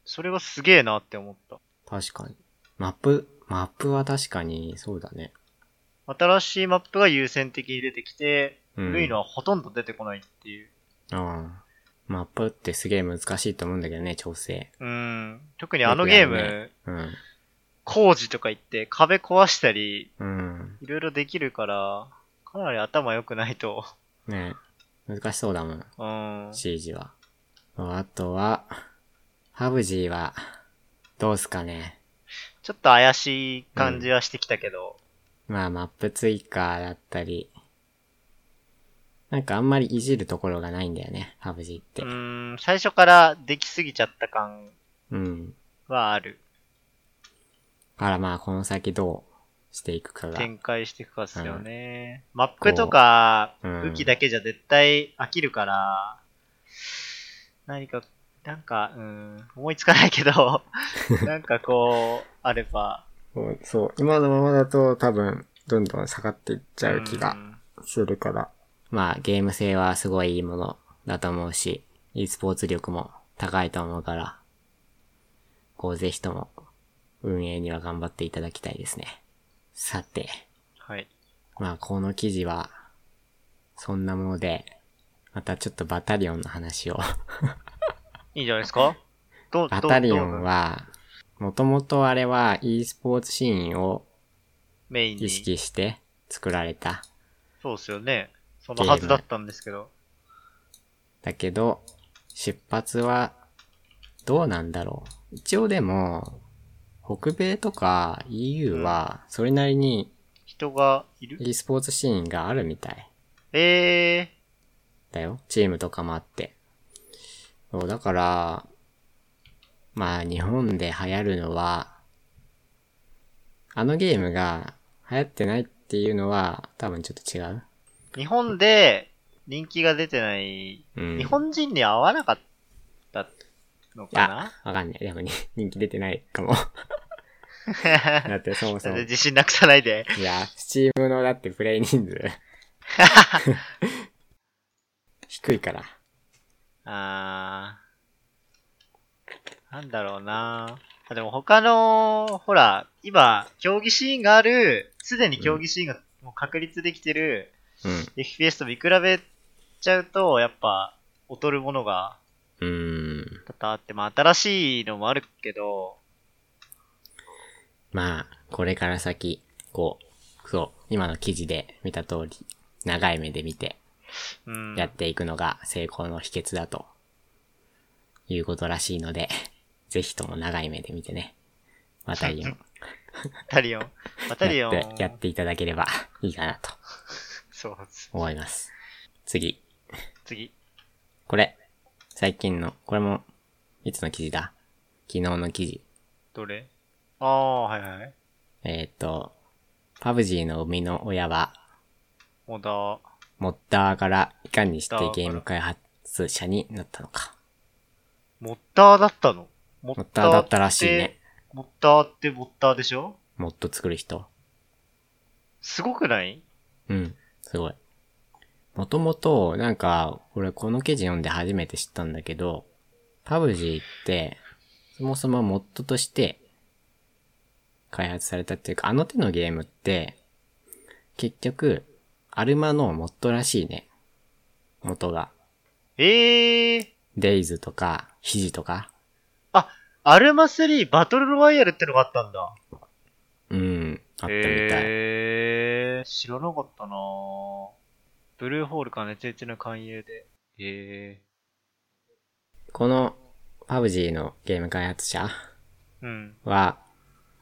B: それはすげえなって思った。
A: 確かに。マップ、マップは確かに、そうだね。
B: 新しいマップが優先的に出てきて、
A: うん
B: 古いのはほとんど出てこないっていう。
A: ああ。マップってすげえ難しいと思うんだけどね、調整。
B: うん。特にあのゲーム、
A: よくやるうん。
B: 工事とか言って壁壊したり、
A: うん。
B: いろいろできるから、かなり頭良くないと。
A: ね難しそうだもん、
B: うん。
A: CG は。あとは、ハブジーは、どうすかね。
B: ちょっと怪しい感じはしてきたけど、
A: まあ、マップ追加だったり、なんかあんまりいじるところがないんだよね、ハブジーっ
B: う
A: て。
B: ーん、最初からできすぎちゃった感
A: うん。
B: はある。
A: からまあ、この先どうしていくかが。
B: 展開していくかっすよね。マップとか、
A: こううん
B: 武器だけじゃ絶対飽きるから、何か、なんか、うん、思いつかない けど、なんかこう、あれば。
A: そうそう、今のままだと多分、どんどん下がっていっちゃう気が
B: ん
A: するから。まあ、ゲーム性はすごいいいものだと思うし、e スポーツ力も高いと思うから、こうぜひとも、運営には頑張っていただきたいですね。さて、
B: はい。
A: まあ、この記事は、そんなもので、またちょっとバタリオンの話を。
B: いいんじゃないですかどう、ど
A: バ
B: う、
A: タリオ
B: ど
A: ン
B: う
A: は、もともとあれは e スポーツシーンを
B: メインに。
A: 意識して作られた
B: そうっすよね。そのはずだったんですけど。
A: だけど、出発は、どうなんだろう。一応でも、北米とか EU は、それなりに
B: 人がいる
A: e スポーツシーンがあるみたい
B: え
A: だよ。チームとかもあって。そう、だから、まあ日本で流行るのは、あのゲームが流行ってないっていうのは、多分ちょっと違う。
B: ー、日本で人気が出てない、
A: うん。
B: 日本人に合わなかったの
A: い
B: か
A: や
B: な、
A: わかんない。でもね、 人気出てないかも。 だってそもそ
B: なん
A: も
B: で。自信なくさないで。
A: いや、スチームのだってプレイ人数低いから。
B: あー。なんだろうなあ、でも他の、ほら、今、競技シーンがある、すでに競技シーンがもう確立できてる、
A: うん。
B: FPS と見比べちゃうと、やっぱ、劣るものが
A: うーん。
B: 多々あって、まあ新しいのもあるけど、
A: まあ、これから先、こう、そう、今の記事で見た通り、長い目で見て
B: うん。
A: やっていくのが成功の秘訣だと、いうことらしいので、 ぜひとも長い目で見てね。またリオン。
B: バタリオン。バタリオン。
A: やって、やっていただければいいかなと
B: そうです。
A: 思います。次。
B: 次。
A: これ。最近の、これも、いつの記事だ昨日の記事。
B: どれああ、はいはい。
A: えーっ、と、パブジーの生みの親は、
B: もうだ。
A: モッターからいかにして
B: モッターから
A: ゲーム開発者になったのか。
B: モッターだったのモ
A: モッターだったらしいね。。
B: モッターってモッターでしょ
A: モッド作る人。
B: すごくない
A: うん、すごい。もともと、なんか、俺この記事読んで初めて知ったんだけど、パブジーって、そもそもモッドとして、開発されたっていうか、あの手のゲームって、結局、アルマのモッドらしいね。元が。
B: ええー。
A: デイズとか、ヒジとか。
B: あ、アルマ3バトルロワイヤルってのがあったんだ。
A: うん、あったみたい。
B: ええー。知らなかったなぁブルーホールか熱烈な勧誘で。え
A: この、パブジーのゲーム開発者
B: えー。うん。
A: は、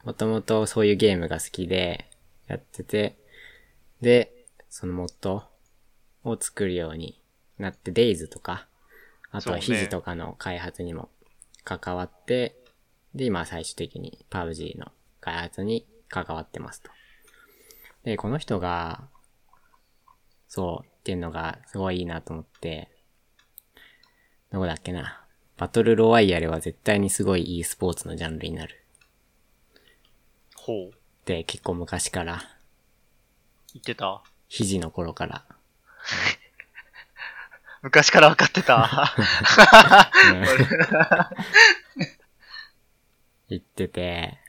A: もともとそういうゲームが好きで、やってて、で、そのモッドを作るようになって、デイズとか、あとは
B: そうね
A: 肘とかの開発にも関わって、で、今最終的にパブジーの開発に関わってますと。で、この人が、そう、っていうのがすごいいいなと思って、どこだっけな。バトルロワイヤルは絶対にすごいいいスポーツのジャンルになる。
B: ほう。
A: って結構昔から、
B: 言ってた
A: 肘の頃 から。
B: 昔から分かって た。
A: 言ってて、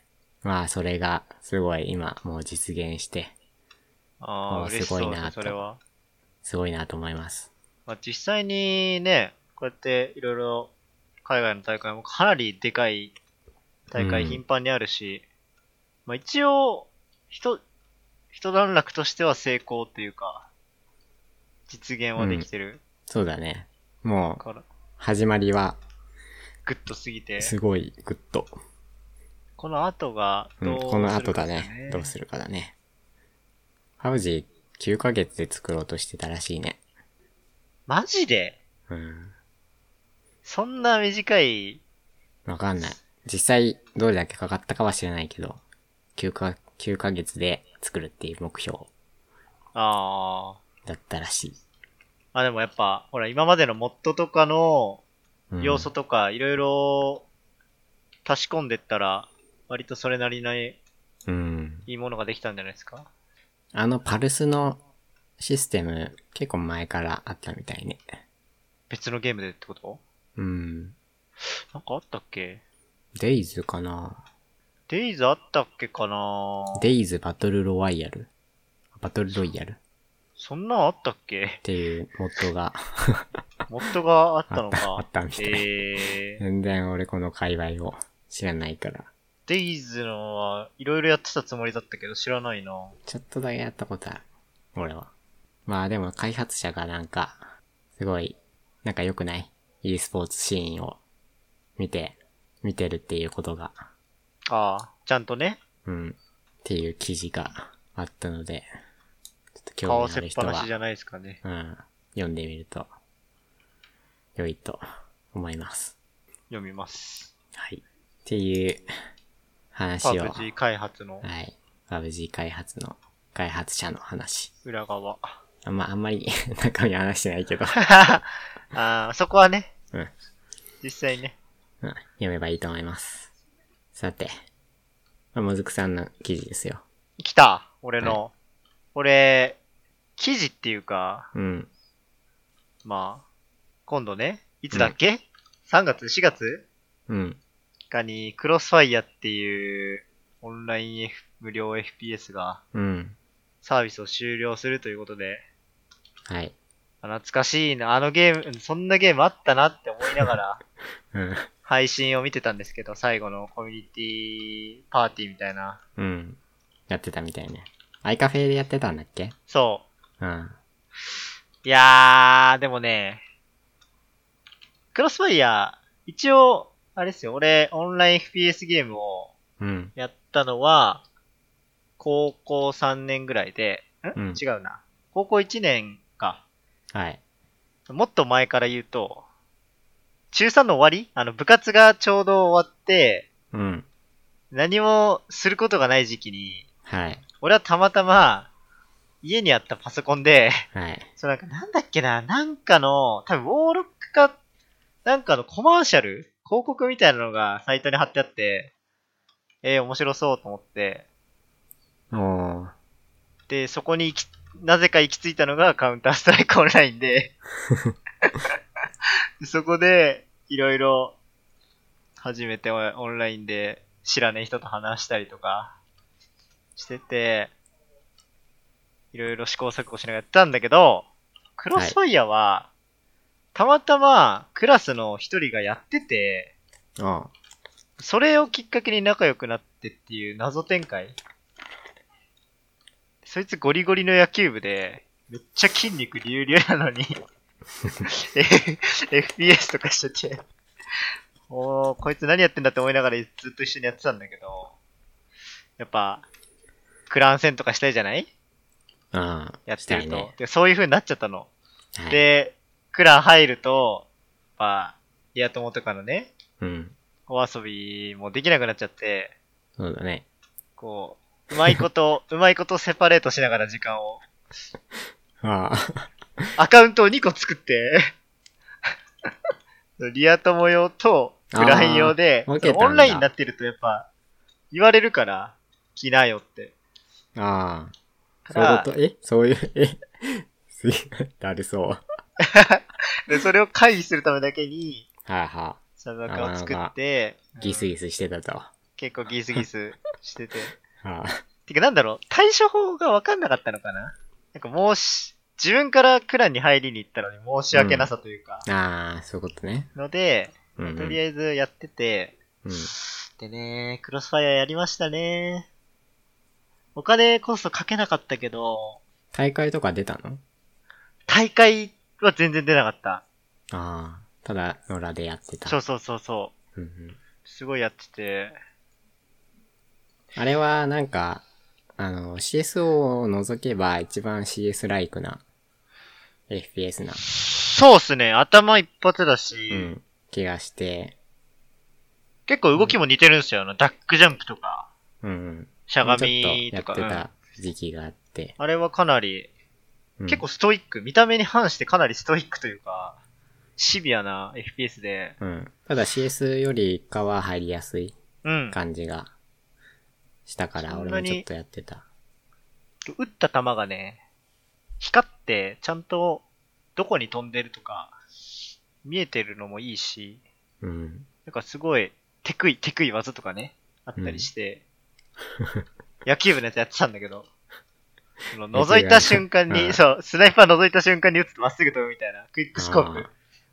A: まあそれがすごい今もう実現して、
B: あ
A: あ
B: あ、
A: ー
B: 嬉しそう
A: すごい
B: ね
A: な、と
B: それは。
A: すごいなと思います。
B: まあ、実際にね、こうやっていろいろ海外の大会もかなりでかい大会
A: うん
B: 頻繁にあるし、まあ一応、人、一段落としては成功というか、実現はできてる
A: そうだね。もう
B: から。
A: 始まりは、
B: グッと過ぎて、
A: すごいグッと。
B: この後が
A: う
B: ど
A: ん、
B: うするか、
A: この後だね。どうするかだね。ハウジ9ヶ月で作ろうとしてたらしいね。
B: マジで
A: うん。
B: そんな短い、
A: わかんない。実際、どれだけかかったかは知らないけど、9か、9ヶ月で作るっていう目標
B: ああ。
A: だったらしい。
B: まあでもやっぱ、ほら、今までのモッドとかの
A: うん
B: 要素とか、いろいろ足し込んでったら、割とそれなりない
A: うん。
B: いいものができたんじゃないですか
A: あのパルスのシステム、結構前からあったみたいね。
B: 別のゲームでってこと
A: うん。
B: なんかあったっけ
A: デイズかな
B: デイズあったっけかな
A: デイズバトルロワイヤルバトルロイヤルっ
B: そんなんあったっけ
A: ていうモッドが
B: モッドがあったのか。
A: あったみたい
B: えー、
A: 全然俺この界隈を知らないから。
B: デイズのはいろいろやってたつもりだったけど知らないな。
A: ちょっとだけやったことある。俺は。まあでも開発者がなんか、すごい、なんか良くない ?e スポーツシーンを見て、見てるっていうことが、
B: ああ、ちゃんとね、
A: うん、っていう記事があったので、ちょっと
B: 顔
A: 興
B: 合わ
A: 味あ
B: せ
A: る
B: っ
A: 人
B: ぱな
A: は
B: しじ、ゃないですかね。
A: うん、読んでみると、良いと思います。
B: 読みます。
A: はい。っていう話
B: パ
A: を、
B: ブ G 開発の
A: はい。パブ G 開発の、開発者の話。
B: 裏 側。
A: あんま、あんまり 中身は話してない けど、
B: ああ、そこはね、
A: うん、うん
B: 実際ね。
A: 読めばいいと思います。さて、まあ、もずくさんの記事ですよ。
B: 来た俺の。俺、記事っていうか、
A: うん。
B: まあ、今度ね、いつだっけ、?3 月 ?4 月
A: うん。
B: かに、クロスファイアっていう、オンライン、F、無料 FPS が
A: うん。
B: サービスを終了するということで、
A: はい。
B: あ懐かしいな、あのゲームうん、そんなゲームあったなって思いながら
A: うん。
B: 配信を見てたんですけど、最後のコミュニティパーティーみたいな。
A: うん。やってたみたいね。アイカフェでやってたんだっけ
B: そ
A: うん。
B: う。いやー、でもね、クロスファイア、一応、あれですよ、俺、オンライン FPS ゲームを
A: うん。
B: やったのは、高校3年ぐらいで、ん、
A: うん
B: 違うな。高校1年か。
A: はい。
B: もっと前から言うと、中3の終わりあの、部活がちょうど終わって、
A: うん。
B: 何もすることがない時期に、
A: はい。
B: 俺はたまたま、家にあったパソコンで、
A: はい。
B: そうなんかなんだっけな、なんかの、多分ウォーロックか、なんかのコマーシャル広告みたいなのがサイトに貼ってあって、えー、面白そうと思って、
A: おー。
B: で、そこに行き、なぜか行き着いたのがカウンターストライクオンラインで、そこで、いろいろ、初めてオンオンラインで知らない人と話したりとか、してて、いろいろ試行錯誤しながらやってたんだけど、クロスファイアは、たまたまクラスの一人がやってて、
A: おー。
B: それをきっかけに仲良くなってっていう謎展開。そいつゴリゴリの野球部で、めっちゃ筋肉隆々なのに、え FPS とかしてて、おー、こいつ何やってんだって思いながらずっと一緒にやってたんだけど、やっぱ、クラン戦とかしたいじゃない
A: うん。
B: やってる
A: したい
B: と、
A: ね。
B: で。そういう風になっちゃったの。
A: はい。
B: で、クラン入ると、まあ、リア友とかのね、
A: うん。
B: お遊びもできなくなっちゃって、
A: そうだね。
B: こう、うまいこと、 うまいことセパレートしながら時間を、
A: ああ。
B: アカウントを2個作って、 リア友用とクライン用で、
A: あー分
B: そ
A: けたん
B: の
A: だ
B: オンラインになってるとやっぱ、言われるから、来なよって。
A: ああ。
B: か
A: そういう
B: ら
A: こと、えそういう、え すげえ、だるそう。は
B: で、それを回避するためだけに、
A: あ、は
B: サブアカを作って、
A: あ、ギス
B: うん
A: ギスしてたと。は
B: 結構ギスギスして て。
A: あ。
B: てかなんだろう、対処法が分かんなかったのかななんか申し、自分からクランに入りに行ったのに申し訳なさというか、
A: ああ、そういうことね。
B: ので、
A: うん、うん。
B: とりあえずやってて、
A: うん。
B: でね、クロスファイアやりましたね。お金こそかけなかったけど、
A: 大会とか出たの
B: 大会は全然出なかった。
A: ああ。ただ、野良でやってた。
B: そうそうそうそ
A: うんうん
B: う。すごいやってて、
A: あれは、なんか、あの、CSO を除けば一番 CS ライクな、FPS な、
B: そうっすね、頭一発だし、
A: うん、気がして、
B: 結構動きも似てるんですよ、あの、ダックジャンプとか、
A: うんうん。
B: しゃがみ
A: ちょっ
B: と
A: と
B: か、
A: やっ
B: うん
A: てた時期があって。
B: あれはかなり、
A: うん
B: 結構、ストイック、見た目に反してかなりストイックというか、シビアな FPS で、
A: うん。ただ CS よりかは入りやすい
B: うん。
A: 感じがしたから、
B: そん
A: 俺
B: な
A: も
B: に
A: ちょっとやってた。
B: 打った球がね、光って、ちゃんとどこに飛んでるとか、見えてるのもいいし、
A: うん。
B: なんかすごい、テクイ、テクイ技とかね、あったりして、野球部のやつやってたんだけど、その覗いた瞬間
A: う
B: に、
A: ん
B: そう、スナイパー覗いた瞬間に打つとまっすぐ飛ぶみたいな、クイックスコープ。
A: あ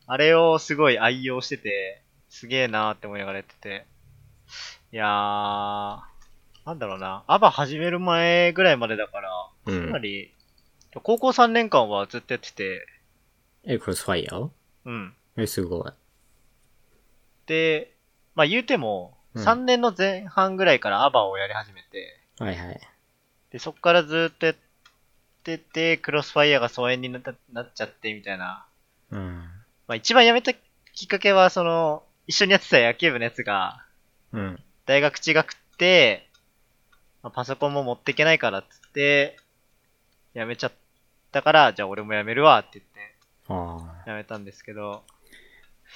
B: あれをすごい愛用してて、すげえなーって思いながらやってて。いやー、なんだろうな、アバ始める前ぐらいまでだから、
A: う。
B: かなんり、高校3年間はずっとやってて、
A: え、クロスファイヤー
B: うん。
A: え、すごい。
B: で、まあ言うても、
A: うん
B: 3年の前半ぐらいからアバをやり始めて、
A: はいはい。
B: で、そっからずっとやってて、クロスファイヤーが疎遠になったなっちゃって、みたいな。
A: うん。
B: まあ一番やめたきっかけは、その、一緒にやってた野球部のやつが、
A: うん。
B: 大学違くて、まあパソコンも持っていけないからっつって、やめちゃったから、じゃあ俺もやめるわって言って、
A: あ
B: やめたんですけど、
A: あ。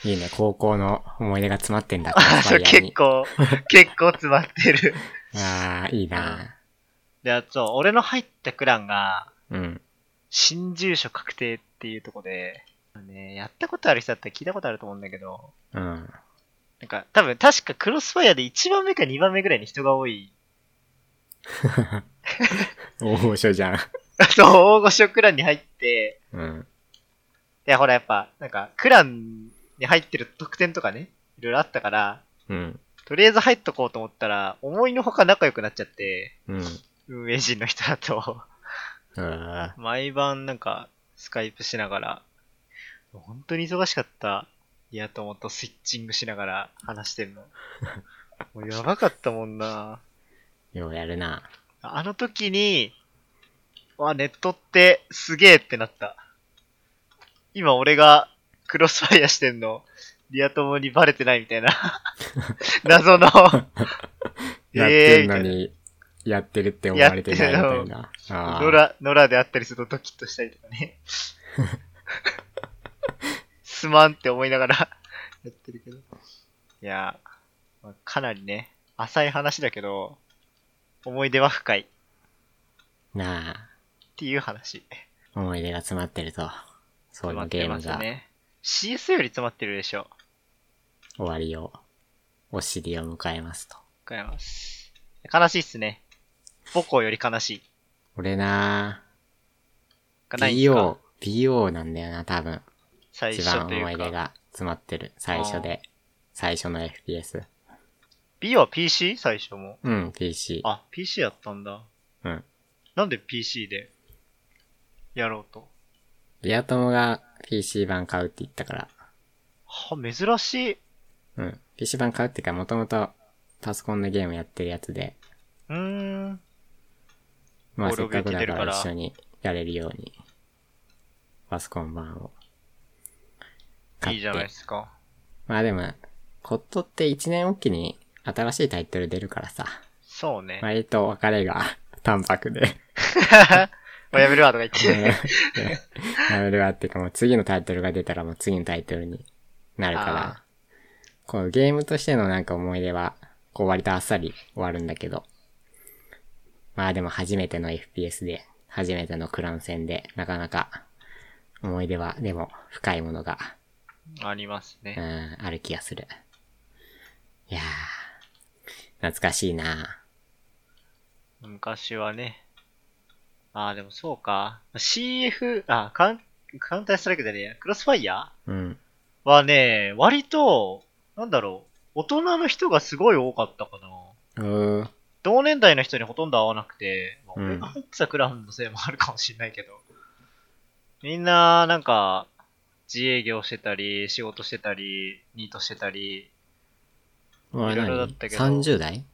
A: いいね、高校の思い出が詰まってんだ、クロ
B: あ
A: スファ
B: そう
A: イヤー
B: 結
A: に。
B: 構、 結構詰まってる。
A: ああ、いいな。
B: で、あと、俺の入ったクランが、
A: うん。
B: 新住所確定っていうとこで、ね、やったことある人だったら聞いたことあると思うんだけど、
A: うん。
B: なんか、多分確かクロスファイアで1番目か2番目ぐらいに人が多い。
A: 大御所じゃん。
B: そう、大御所クランに入って、
A: うん。
B: で、ほらやっぱ、なんか、クランに入ってる特典とかね、いろいろあったから、
A: うん。
B: とりあえず入っとこうと思ったら、思いのほか仲良くなっちゃって、
A: うん。
B: 運営陣の人だと。
A: あ
B: 毎晩なんかスカイプしながら、本当に忙しかった。いやと思とスイッチングしながら話して るの。もうやばかったもんな。
A: ーようやるな。
B: あの時に、わ、ネットってすげえってなった。今俺がクロスファイアしてんの、リア友にバレてないみたいな。 謎の。
A: やってん
B: みた
A: の
B: いな
A: に、やってるって思われてないみ たいな。あ
B: 野
A: ー
B: 良、野良であったりするとドキッとしたりとか ね。すまんって思いながら やってるけど。いや、まあかなりね、浅い話だけど、思い出は深いっ
A: なあ、
B: ていう話。
A: 思い出が詰まってると。そう
B: 詰ま
A: いう
B: っ
A: ゲ
B: て
A: ー
B: ま
A: ム
B: す
A: が終
B: ね。CS より詰まってるでしょ。
A: わりを、お尻を迎えますと。
B: わかります。悲しいっすね。母校より悲しい。
A: 俺な
B: がないんすか
A: BO、BO なんだよな、多分。
B: 最
A: 一
B: 初
A: 番
B: とい
A: 思
B: う
A: い出
B: か。
A: が詰まってる。最初で。最初の FPS。
B: B は PC? 最初も。
A: うん、PC。
B: あ、PC やったんだ。
A: うん。
B: なんで PC でやろうと。
A: リア友が PC 版買うって言ったから。
B: は、珍しい。
A: うん。PC 版買うっていうか、もともとパソコンのゲームやってるやつで、
B: うーん。
A: まあ
B: 登
A: せっ
B: 録
A: かくだ
B: できてる
A: か
B: からら
A: 一緒にやれるように、パソコン版を。買って
B: いいじゃないですか。
A: まあでも、コットって1年おきに新しいタイトル出るからさ、
B: そうね。
A: 割と別れが 淡白で、
B: もうやめるわとか言って。
A: やめるわっていうかもう次のタイトルが出たらもう次のタイトルになるか
B: あー
A: ら、こうゲームとしてのなんか思い出は、こう割とあっさり終わるんだけど、まあでも初めての FPS で、初めてのクラン戦で、なかなか思い出はでも深いものが
B: あります
A: う
B: ね。
A: ん、ある気がする。いやー、懐かしいな
B: 昔はね。ああ、でもそうか。CF、あ、カウンカウンターストライクじゃねえや。クロスファイヤ
A: うん。
B: ーはね、割と、なんだろう。大人の人がすごい多かったか
A: う
B: な。
A: ー、
B: 同年代の人にほとんど会わなくて、まあ
A: うん
B: 俺が入ってたクラウンのせいもあるかもしれないけど、みんな、なんか、自営業してたり、仕事してたり、ニートしてたり、
A: ま
B: いろいろだったけど
A: 30代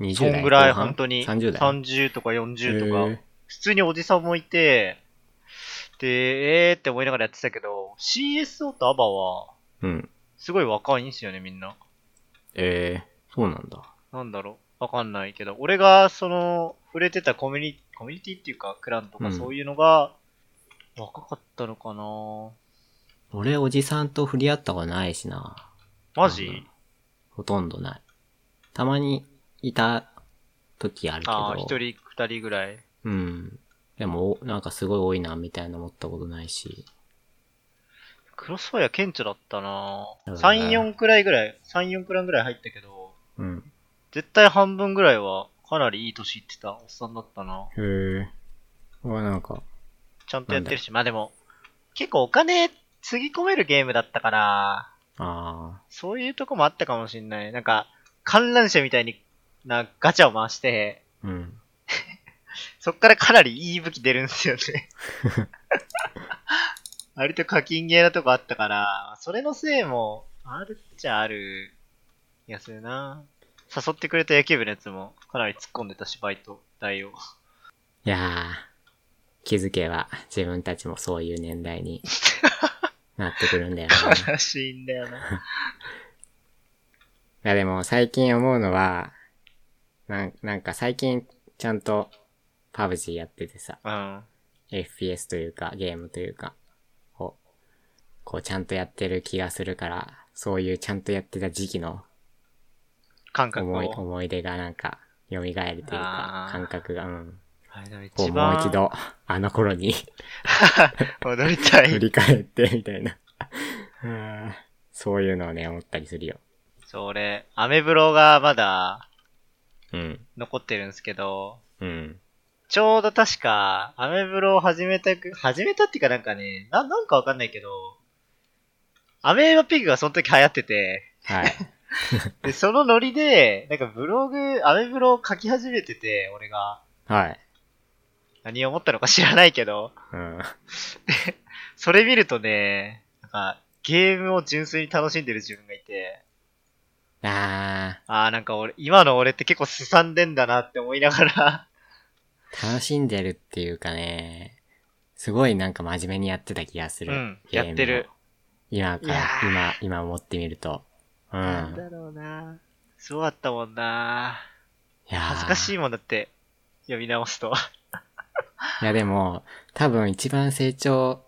A: ?20
B: そ
A: 代
B: んぐらい
A: 後半
B: 本当に
A: 30代。
B: 30とか40とか、
A: へー
B: 普通におじさんもいて、で、えーって思いながらやってたけど、CSO と ABBA は、
A: うん。
B: すごい若いんですよね、みんな。
A: えー、そうなんだ。
B: なんだろう。わかんないけど、俺が、その、触れてたコミュニ、コミュニティっていうか、クランと
A: う
B: か
A: ん
B: そういうのが、若かったのかな
A: 俺、おじさんと振り合ったことないしな。
B: マジ、
A: うんほとんどない。たまにいた時あるけど。
B: ああ、一人二人ぐらい。
A: うん。でも、おなんかすごい多いな、みたいな思ったことないし。
B: クロスファイア顕著だったな
A: そうだね
B: 3、4くらいぐらい、3、4くらいぐらい入ったけど、
A: うん。
B: 絶対半分ぐらいは、かなりいい年いってたおっさんだったな
A: へえ。うわ、なんか、
B: ちゃんとやってるし、まあでも、結構お金、つぎ込めるゲームだったから、
A: あ
B: そういうとこもあったかもしんない。なんか、観覧車みたいになガチャを回して、
A: ー、うん。
B: そっからかなりいい武器出るんですよ ね。割と課金ゲーなとこあったから、それのせいもあるっちゃある気がするな。誘ってくれた野球部のやつもかなり突っ込んでたし、バイト代を。
A: いやー、気づけば自分たちもそういう年代になってくるんだよね。
B: 悲しいんだよな。
A: いやでも最近思うのは、なんなんか最近ちゃんとパブ G やっててさ、
B: うん。
A: FPS というかゲームというか、を、こうちゃんとやってる気がするから、そういうちゃんとやってた時期の
B: 感覚
A: 思い、
B: を。
A: 思い出がなんか、蘇るという
B: あ
A: か、
B: ー
A: 感覚が、うん。
B: あれだ一
A: こうも
B: 番
A: う一度、あの頃に
B: 戻りた
A: 振
B: い。
A: り返って、みたいな。 うんそういうのをね、思ったりするよ。
B: そう、俺、アメブロがまだ
A: うん。
B: 残ってるんですけど、
A: うん。
B: ちょうど確か、アメブロを始めたく、始めたっていうかなんかね、な、なんかわかんないけど、アメーバピグがその時流行ってて、
A: はい。
B: で、そのノリで、なんかブログ、アメブロを書き始めてて、俺が、
A: はい。
B: 何を思ったのか知らないけど、
A: うん。
B: それ見るとね、なんか、ゲームを純粋に楽しんでる自分がいて、
A: あー。
B: あーなんか俺、今の俺って結構すさんでんだなって思いながら、
A: 楽しんでるっていうかね、すごいなんか真面目にやってた気がす
B: う
A: る。
B: ん、
A: ゲーム
B: やってる。。
A: 今か
B: いや
A: ら、
B: ー
A: 今、今思ってみると。うん。い
B: なんだろうなそうだったもんな
A: や
B: 恥ずかし
A: い。
B: いもんだって、読み直すと。
A: いやでも、多分一番成長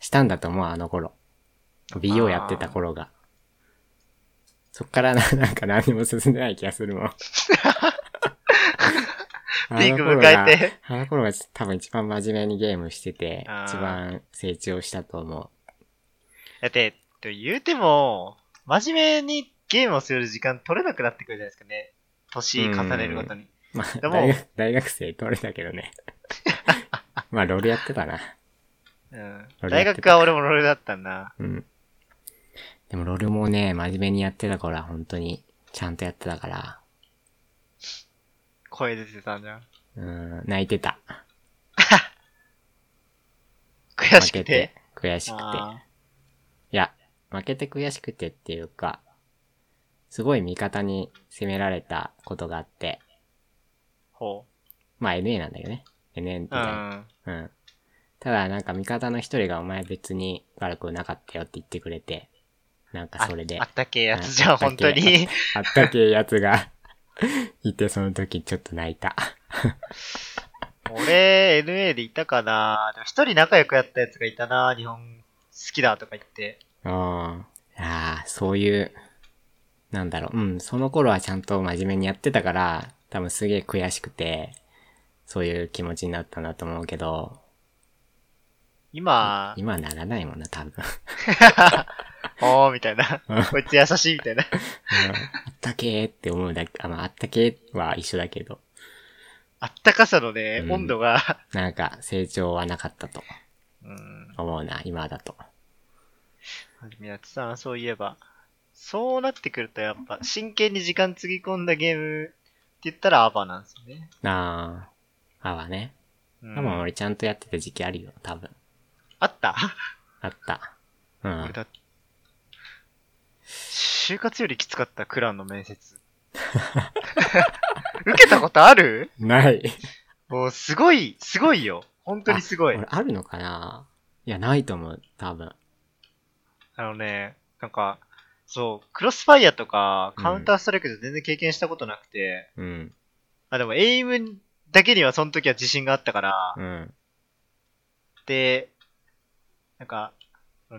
A: したんだと思う、あの頃。BO やってた頃が。そっからな、なんか何も進んでない気がする もん。
B: ピーク迎えて。
A: あの頃が多分一番真面目にゲームしてて
B: あー、
A: 一番成長したと思
B: だって、と言うても、真面目にゲームをする時間取れなくなってくるじゃないですかね。年重ねるごとに。
A: う。まあ、
B: でも
A: 大学大学生取れたけどね。 まあ、ロールやってたな。
B: うん。
A: 俺
B: 大
A: やって
B: 学
A: た
B: は俺もロールだったんだ。
A: うん。でも、ロールもね、真面目にやってた頃は本当に、ちゃんとやってたから、
B: 声出てたんじゃん。
A: うん、泣いてた。
B: 悔しくて。。
A: 悔しくて。
B: あ
A: いや、負けて悔しくてっていうか、すごい味方に責められたことがあって、
B: ーほ
A: まあ NA なんだけどね。NA み
B: う。う
A: たいな。
B: ん。
A: うん。ただ、なんか味方の一人がお前別に悪くなかったよって言ってくれて、なんか
B: あ
A: それで
B: あ、ったけえやつじゃ
A: あ
B: ん、
A: ったけえ
B: 本当に。
A: あったけえやつが、いてその時ちょっと泣いた。
B: 俺、NA でいたかなでも一人仲良くやったやつがいたな日本好きだとか言って。
A: うん。ああ、そういう、なんだろう、うん、その頃はちゃんと真面目にやってたから、多分すげえ悔しくて、そういう気持ちになったんだと思うけど、
B: 今、
A: 今はならないもんな、多分。
B: おーみたいな
A: うん。
B: こいつ優しいみたいな。
A: うんあったけーって思うだけ、あの、あったけーは一緒だけど、
B: あったかさのね、
A: うん
B: 温度が、
A: なんか成長はなかったと
B: うん。
A: 思うな、今だと。
B: 宮津さん、そういえば。そうなってくると、やっぱ、真剣に時間つぎ込んだゲームって言ったらアバなんですよね。
A: なあ、あはね。
B: うん
A: 多分俺ちゃんとやってた時期あるよ、多分。
B: あった
A: あった。う
B: 俺
A: ん。
B: だって、就活よりきつかった、クランの面接。 受けたことある
A: ない。
B: もうすごい、すごいよ。本当にすごい。
A: 俺あるのかないや、ないと思う、多分。
B: あのね、なんか、そう、クロスファイアとか、カウンターストライクで全然経験したことなくて、
A: うん。
B: あ、でもエイムだけにはその時は自信があったから、
A: うん。
B: で、なんか、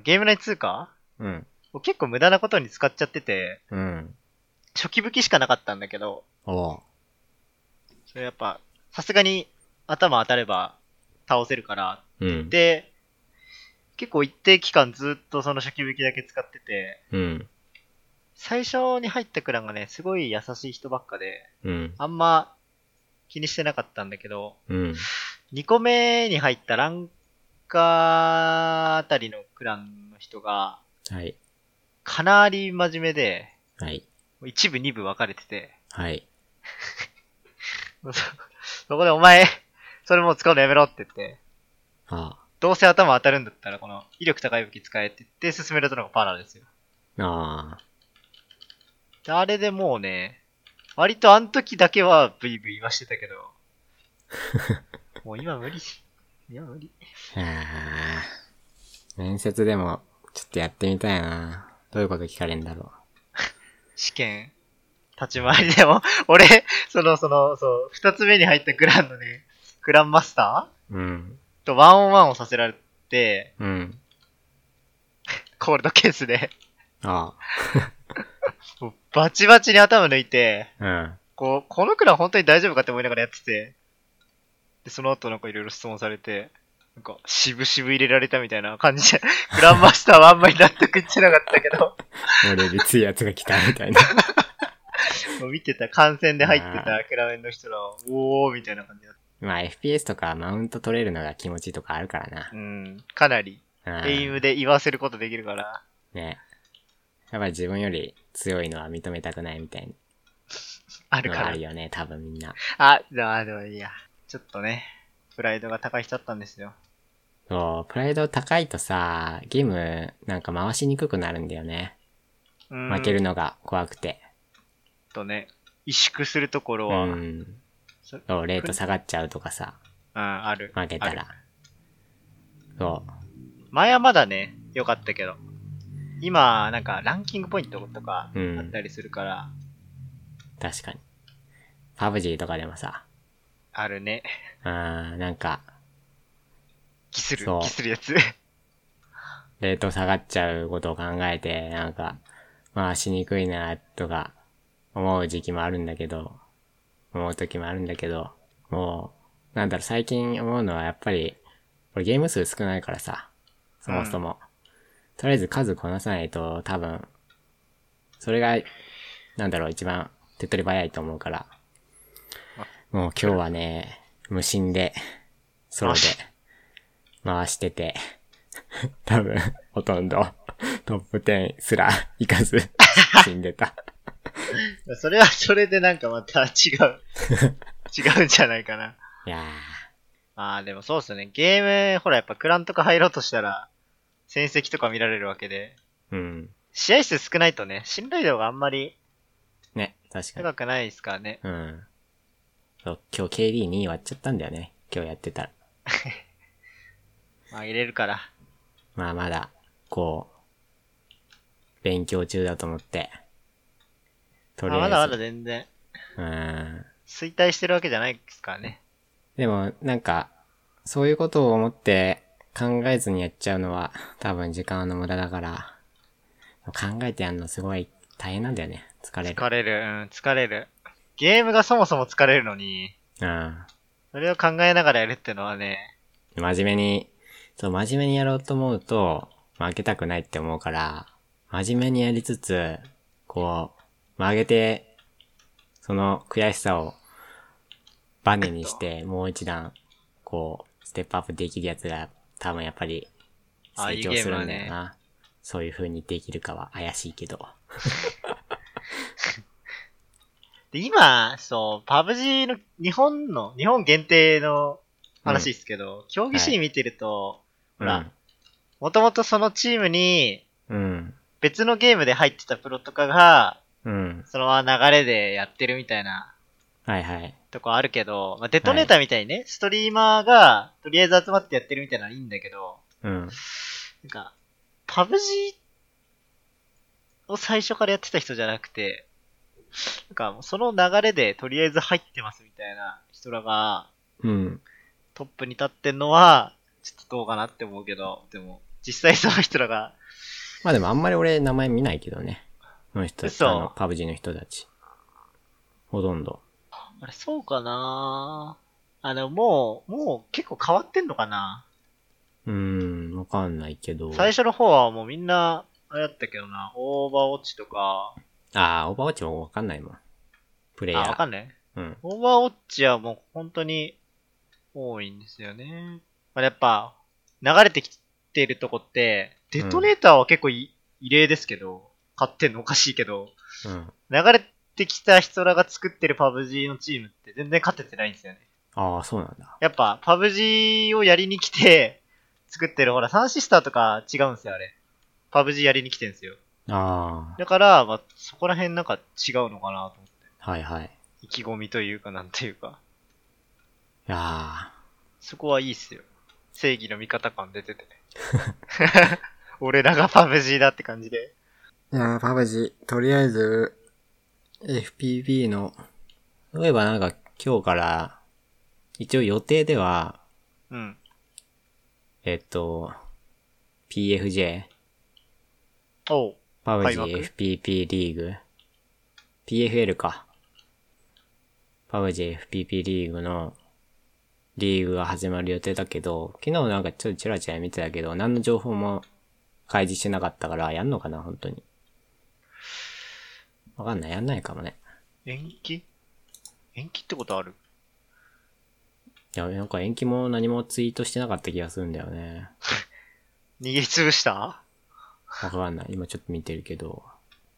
B: ゲーム内通貨
A: うん。
B: を結構無駄なことに使っちゃってて、
A: うん。
B: 初期武器しかなかったんだけど、
A: おう。
B: それやっぱ、さすがに頭当たれば倒せるから、
A: うん。
B: で、結構一定期間ずっとその初期武器だけ使ってて、
A: うん。
B: 最初に入ったクランがね、すごい優しい人ばっかで、
A: うん。
B: あんま気にしてなかったんだけど、
A: うん。
B: 2個目に入ったランカーあたりのクランの人が、
A: はい。
B: かなり真面目で、
A: はい。
B: 一部二部分かれてて、
A: はい。
B: そそこでお前、それもう使うのやめろって言って、
A: あ
B: どうせ頭当たるんだったらこの威力高い武器使えって言って進められたのがパラですよ。
A: あ。ああ。
B: であれでもうね、割とあの時だけはブイブイ言わしてたけど、もう今無理。今無理。
A: いやー面接でも、ちょっとやってみたいな。どういうこと聞かれるんだろ
B: 試験、立ち回りでも、 俺、その、その、そう、二つ目に入ったグランのね、グランマスタ
A: う。うん。
B: ーとワンオンワンをさせられて、
A: うん。
B: コールドケースで、
A: あ
B: もうバチバチに頭抜いて、
A: あ。うん。
B: こう、このクラン本当に大丈夫かって思いながらやってて、で、その後なんかいろいろ質問されて、なんか、渋々入れられたみたいな感じ で、グランマスターはあんまり納得いってなかったけど、
A: 俺でついやつが来たみたいな。
B: もう見てた、観戦で入ってたクラメンの人らは、おーみたいな感じだっ
A: まあ FPS とかマウント取れるのが気持ちいいとかあるから
B: た。うん、かなり、
A: な。うん
B: エイムで言わせることできるから、
A: ね。やっぱり自分より強いのは認めたくないみたい
B: あ
A: な
B: る
A: のが
B: か
A: あ
B: ら
A: る。よね、多分みんな。
B: あ、じゃあ、でもいいや。ちょっとね、プライドが高い人だったんですよ。
A: そう、プライド高いとさ、ゲームなんか回しにくくなるんだよね。
B: うん
A: 負けるのが怖くて。
B: ちょっとね、萎縮するところ
A: う
B: は、うん、
A: ん。
B: そうん、
A: そう、レート下がっちゃうとかさ、
B: ある。
A: 負けた
B: あ
A: ら
B: る。
A: そ
B: 前はまだね、良かったけど、今、なんか、ランキングポイントとか、
A: う。うん
B: あっ。たりするから、
A: 確かに。パブジーとかでもさ、
B: あるね。
A: あーなんか、
B: ギスる
A: そ、う
B: ギスるやつ。
A: レート下がっちゃうことを考えて、なんか、回しにくいな、とか、思う時期もあるんだけど、思う時もあるんだけど、もう、なんだろう、最近思うのはやっぱり、これゲーム数少ないからさ、そもそも。とりあえず数こなさないと、多分、それが、なんだろう、一番手っ取り早いと思うから。もう今日はね、無心で、ソロで、回してて、多分、ほとんど、トップ10すら行か ず、死んでた。
B: それはそれでなんかまた違 う。違うんじゃないかな。
A: いや
B: ああ、でもそうっすよね。ゲーム、ほらやっぱクランとか入ろうとしたら、戦績とか見られるわけで、
A: ー、うん。
B: 試合数少ないとね、信頼度があんまり
A: ね、確かに。
B: 高くないですからね。
A: うん。そう今日 KD2 割っちゃったんだよね。今日やってたら。
B: まあ入れるから。
A: まあまだ、こう、勉強中だと思って。と
B: ま
A: り
B: あ
A: あえ
B: ま
A: ず。
B: だまだ全然、
A: うん。
B: 衰退してるわけじゃないですからね。
A: でも、なんか、そういうことを思って考えずにやっちゃうのは多分時間の無駄だから、考えてやるのすごい大変なんだよね。疲れる。
B: 疲れる、うん、疲れる。ゲームがそもそも疲れるのに、
A: うん。
B: それを考えながらやるってのはね、
A: 真面目に、そう、真面目にやろうと思うと、負けたくないって思うから、真面目にやりつつ、こう、曲げて、その悔しさを、バネにして、もう一段、こう、ステップアップできるやつが、多分やっぱり、
B: ああ
A: 成
B: いい
A: 長するんだ
B: ゲー
A: よ
B: ム
A: な。そういう風にできるかは怪しいけど。
B: で、今、そう、パブ G の日本の、日本限定の話ですけど、競技シーン見てると、ほら、
A: うん
B: もともとそのチームに
A: うん。
B: 別のゲームで入ってたプロとかが、
A: うん。
B: そのまま流れでやってるみたいな
A: はいはい。
B: とこあるけど、まあ、デトネーターみたいにね、ストリーマーがとりあえず集まってやってるみたいなのはいいんだけど、
A: うん。
B: なんか、パブ G を最初からやってた人じゃなくて、なんかもうその流れでとりあえず入ってますみたいな人らが
A: うん。
B: トップに立ってんのは、ちょっとどうかなって思うけど、でも、実際その人らが、
A: まあでもあんまり俺名前見ないけどね。その人たち、
B: 嘘
A: あの、パブ G の人たち。ほとんど。
B: あれそうかなあの、もう、もう結構変わってんのかな
A: うーん、わかんないけど。
B: 最初の方はもうみんな、あれだったけどな、オーバーウォッチとか、
A: ああ、オーバーウォッチもわかんないもん。プレイ
B: あ、
A: ヤ
B: わ
A: ー。
B: かんない
A: うん。
B: オーバーウォッチはもう本当に多いんですよね。まあ、やっぱ、流れてきてるとこって、デトネーターは結構い異例ですけど、勝ってんのおかしいけど、
A: うん。
B: 流れてきた人らが作ってるパブ G のチームって全然勝ててないんですよね。
A: ああ、そうなんだ。
B: やっぱ、パブ G をやりに来て、作ってるほら、サンシスターとか違うんですよ、あれ。パブ G やりに来てんですよ。
A: あ
B: だから、まあ、そこら辺なんか違うのかなと思って。
A: あ、はいはい。
B: 意気込みというか、なんていうか。
A: いやー
B: そこはいいっすよ。正義の味方感出て て。俺らがパブ G だって感じで。
A: いやー、パパジ、とりあえず、FPV の、そういえばなんか今日から、一応予定では、
B: うん。
A: えっと、PFJ、
B: おう。
A: パブ G
B: 開幕
A: FPP リーグ、PFL か。パブ G FPP リーグの、リーグが始まる予定だけど、昨日なんかちょっとチラチラ見てたけど、何の情報も開示してなかったから、やんのかな、本当に。わかんない、やんないかもね。
B: 延期延期ってことある
A: いや、なんか延期も何もツイートしてなかった気がするんだよね。
B: 逃げ潰した、
A: わかんない。今ちょっと見てるけど。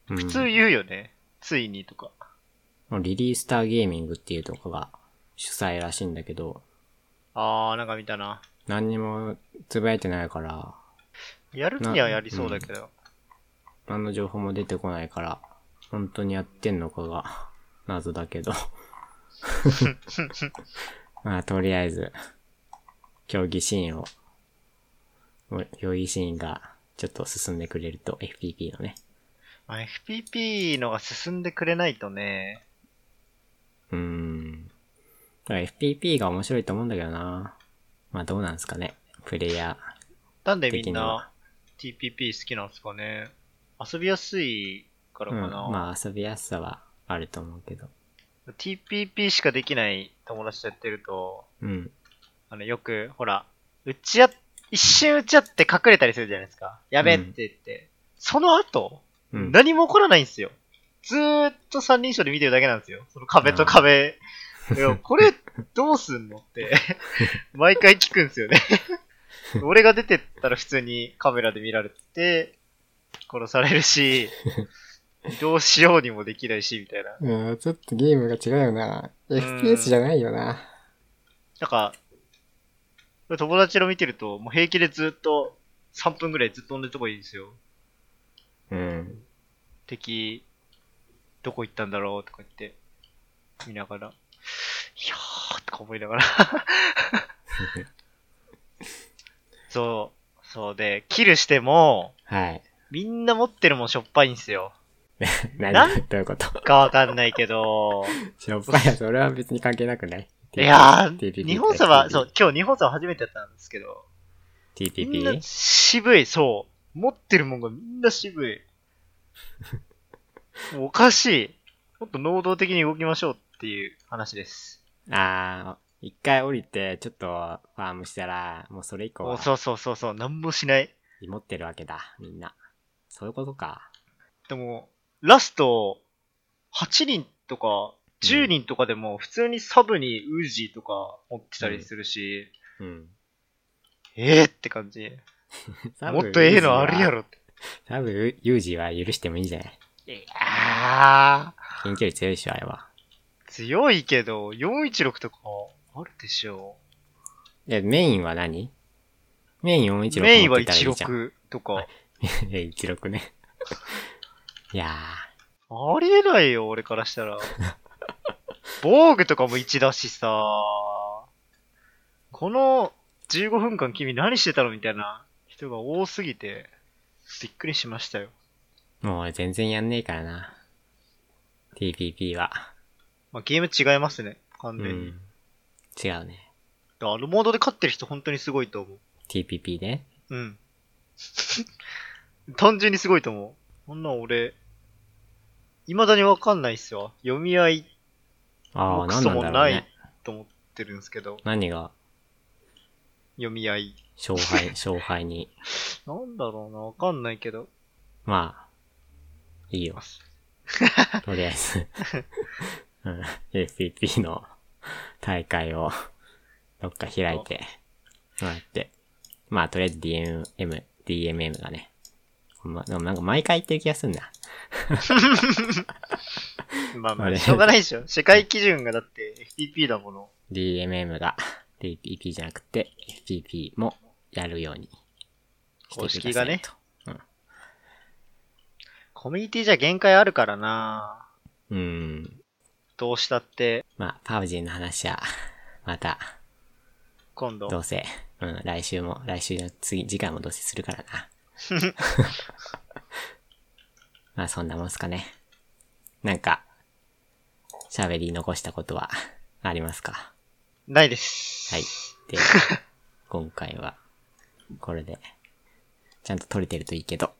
A: うん、
B: 普通言うよね。ついにとか。
A: リリースターゲーミングっていうとこが主催らしいんだけど、
B: あー、なんか見たな。
A: 何にもつぶやいてないから、
B: やるにはやりそうだけど。
A: 何の情報も出てこないから、本当にやってんのかが謎だ けど。まあ、とりあえず、競技シーンを、お競技シーンがちょっと進んでくれると FPP のね。
B: まあ FPP のが進んでくれないとね。
A: うーん。だから FPP が面白いと思うんだけどな。まあどうなんですかね。プレイヤ
B: なんで
A: ー
B: み
A: 的
B: ん
A: に
B: な
A: は。
B: TPP 好きなんですかね。遊びやすいから
A: うん。
B: かな。
A: まあ遊びやすさはあると思うけど。
B: TPP しかできない友達とやってると、
A: うん。
B: あの、よく、ほら、打ち合っ、一瞬打ち合って隠れたりするじゃないですか。やべっ
A: うん
B: て言って。その後、
A: うん。
B: 何も起こらないんですよ。ずーっと三人称で見てるだけなんですよ。その壁と壁。いや、これ、どうすんのって、 毎回聞くんですよね。 俺が出てったら普通にカメラで見られて、殺され るし、どうしようにもできないし、みたいな。
A: いやちょっとゲームが違うよな。
B: FPS じ
A: ゃないよな。
B: なんか、友達の見てると、もう平気でずっと、3分ぐらいずっと同じとこいいんですよ。
A: うん。
B: 敵、どこ行ったんだろうとか言って、見ながら、いやーとか思いな がら。そう、そうで、キルしても、
A: はい。
B: みんな持ってるもんしょっぱいんですよ。な
A: 何どういう こと
B: かわかんないけど、
A: しょっぱいやつ、俺は別に関係なくない
B: いやー、
A: TPP
B: 日本様、そう、今日日本様初めてやったんですけど、みんな
A: TPP?
B: 渋い、そう。持ってるもんがみんな渋い。もうおかしい。もっと能動的に動きましょうっていう話です。
A: あー、一回降りて、ちょっとファームしたら、もうそれ以降
B: もう
A: は、
B: そうそうそうそう、なんもしない。
A: 持ってるわけだ、みんな。そういうことか。
B: でも、ラスト、8人とか、10人とかでも、普通にサブにウージーとか持ってたりするし、
A: うん。
B: ええー、って感じ。もっとええのあるやろって。
A: 多分、ユージは許してもいいんじゃない
B: いやー、
A: 近距離強いでしょ、あれは。
B: 強いけど、416とかあるでしょ
A: え、メインは何メイン416
B: メインは
A: 乗ってたらいいじゃん。
B: 16とか。
A: え、16ね。いや
B: ありえないよ、俺から したら。防具とかも1だしさ。この15分間君何してたのみたいな人が多すぎて、びっくりしましたよ。
A: ー、もう俺全然やんねえからな。TPP は。
B: まあ、ゲーム違いますね、完
A: う
B: 全に。
A: ん。違うね。
B: あのモードで勝ってる人本当にすごいと思
A: TPP ね。
B: う。うん。 単純にすごいと思う。こんなん俺、未だにわかんないっすよ。読み合い
A: ああ、
B: もうク
A: なん
B: ソ
A: なん
B: も
A: だろ
B: な
A: う
B: い
A: ね。
B: と思ってるんですけど、
A: 何が
B: 読み合い。
A: 勝 敗、勝敗に。
B: なんだろうな、わかんないけど。
A: まあ、い いよ。とりあえず。うん。SPP の大会をどっか開いてもらって。まあ、とりあえず DMM、DMM がね。ま、でもなんか毎回言ってる気がすんな。
B: まあま
A: あ
B: あ、
A: れ
B: しょうがないでしょ。世界基準がだって FTP だもの。
A: DMM が DPP じゃなくて FPP もやるように
B: 公
A: して
B: 式
A: くだ
B: が
A: さい
B: ね
A: と。。
B: コミュニティじゃ限界あるからな
A: うん。
B: どうしたって、
A: まあ、パウジンの話は、また、
B: 今度
A: ど。うせ、うん、来週も、来週の次、次回もどうせするから な。まあ、そんなもんすかね。なんか、喋り残したことは、ありますか
B: ないです。
A: はい。 で、今回は、これで、ちゃんと撮れてるといいけど。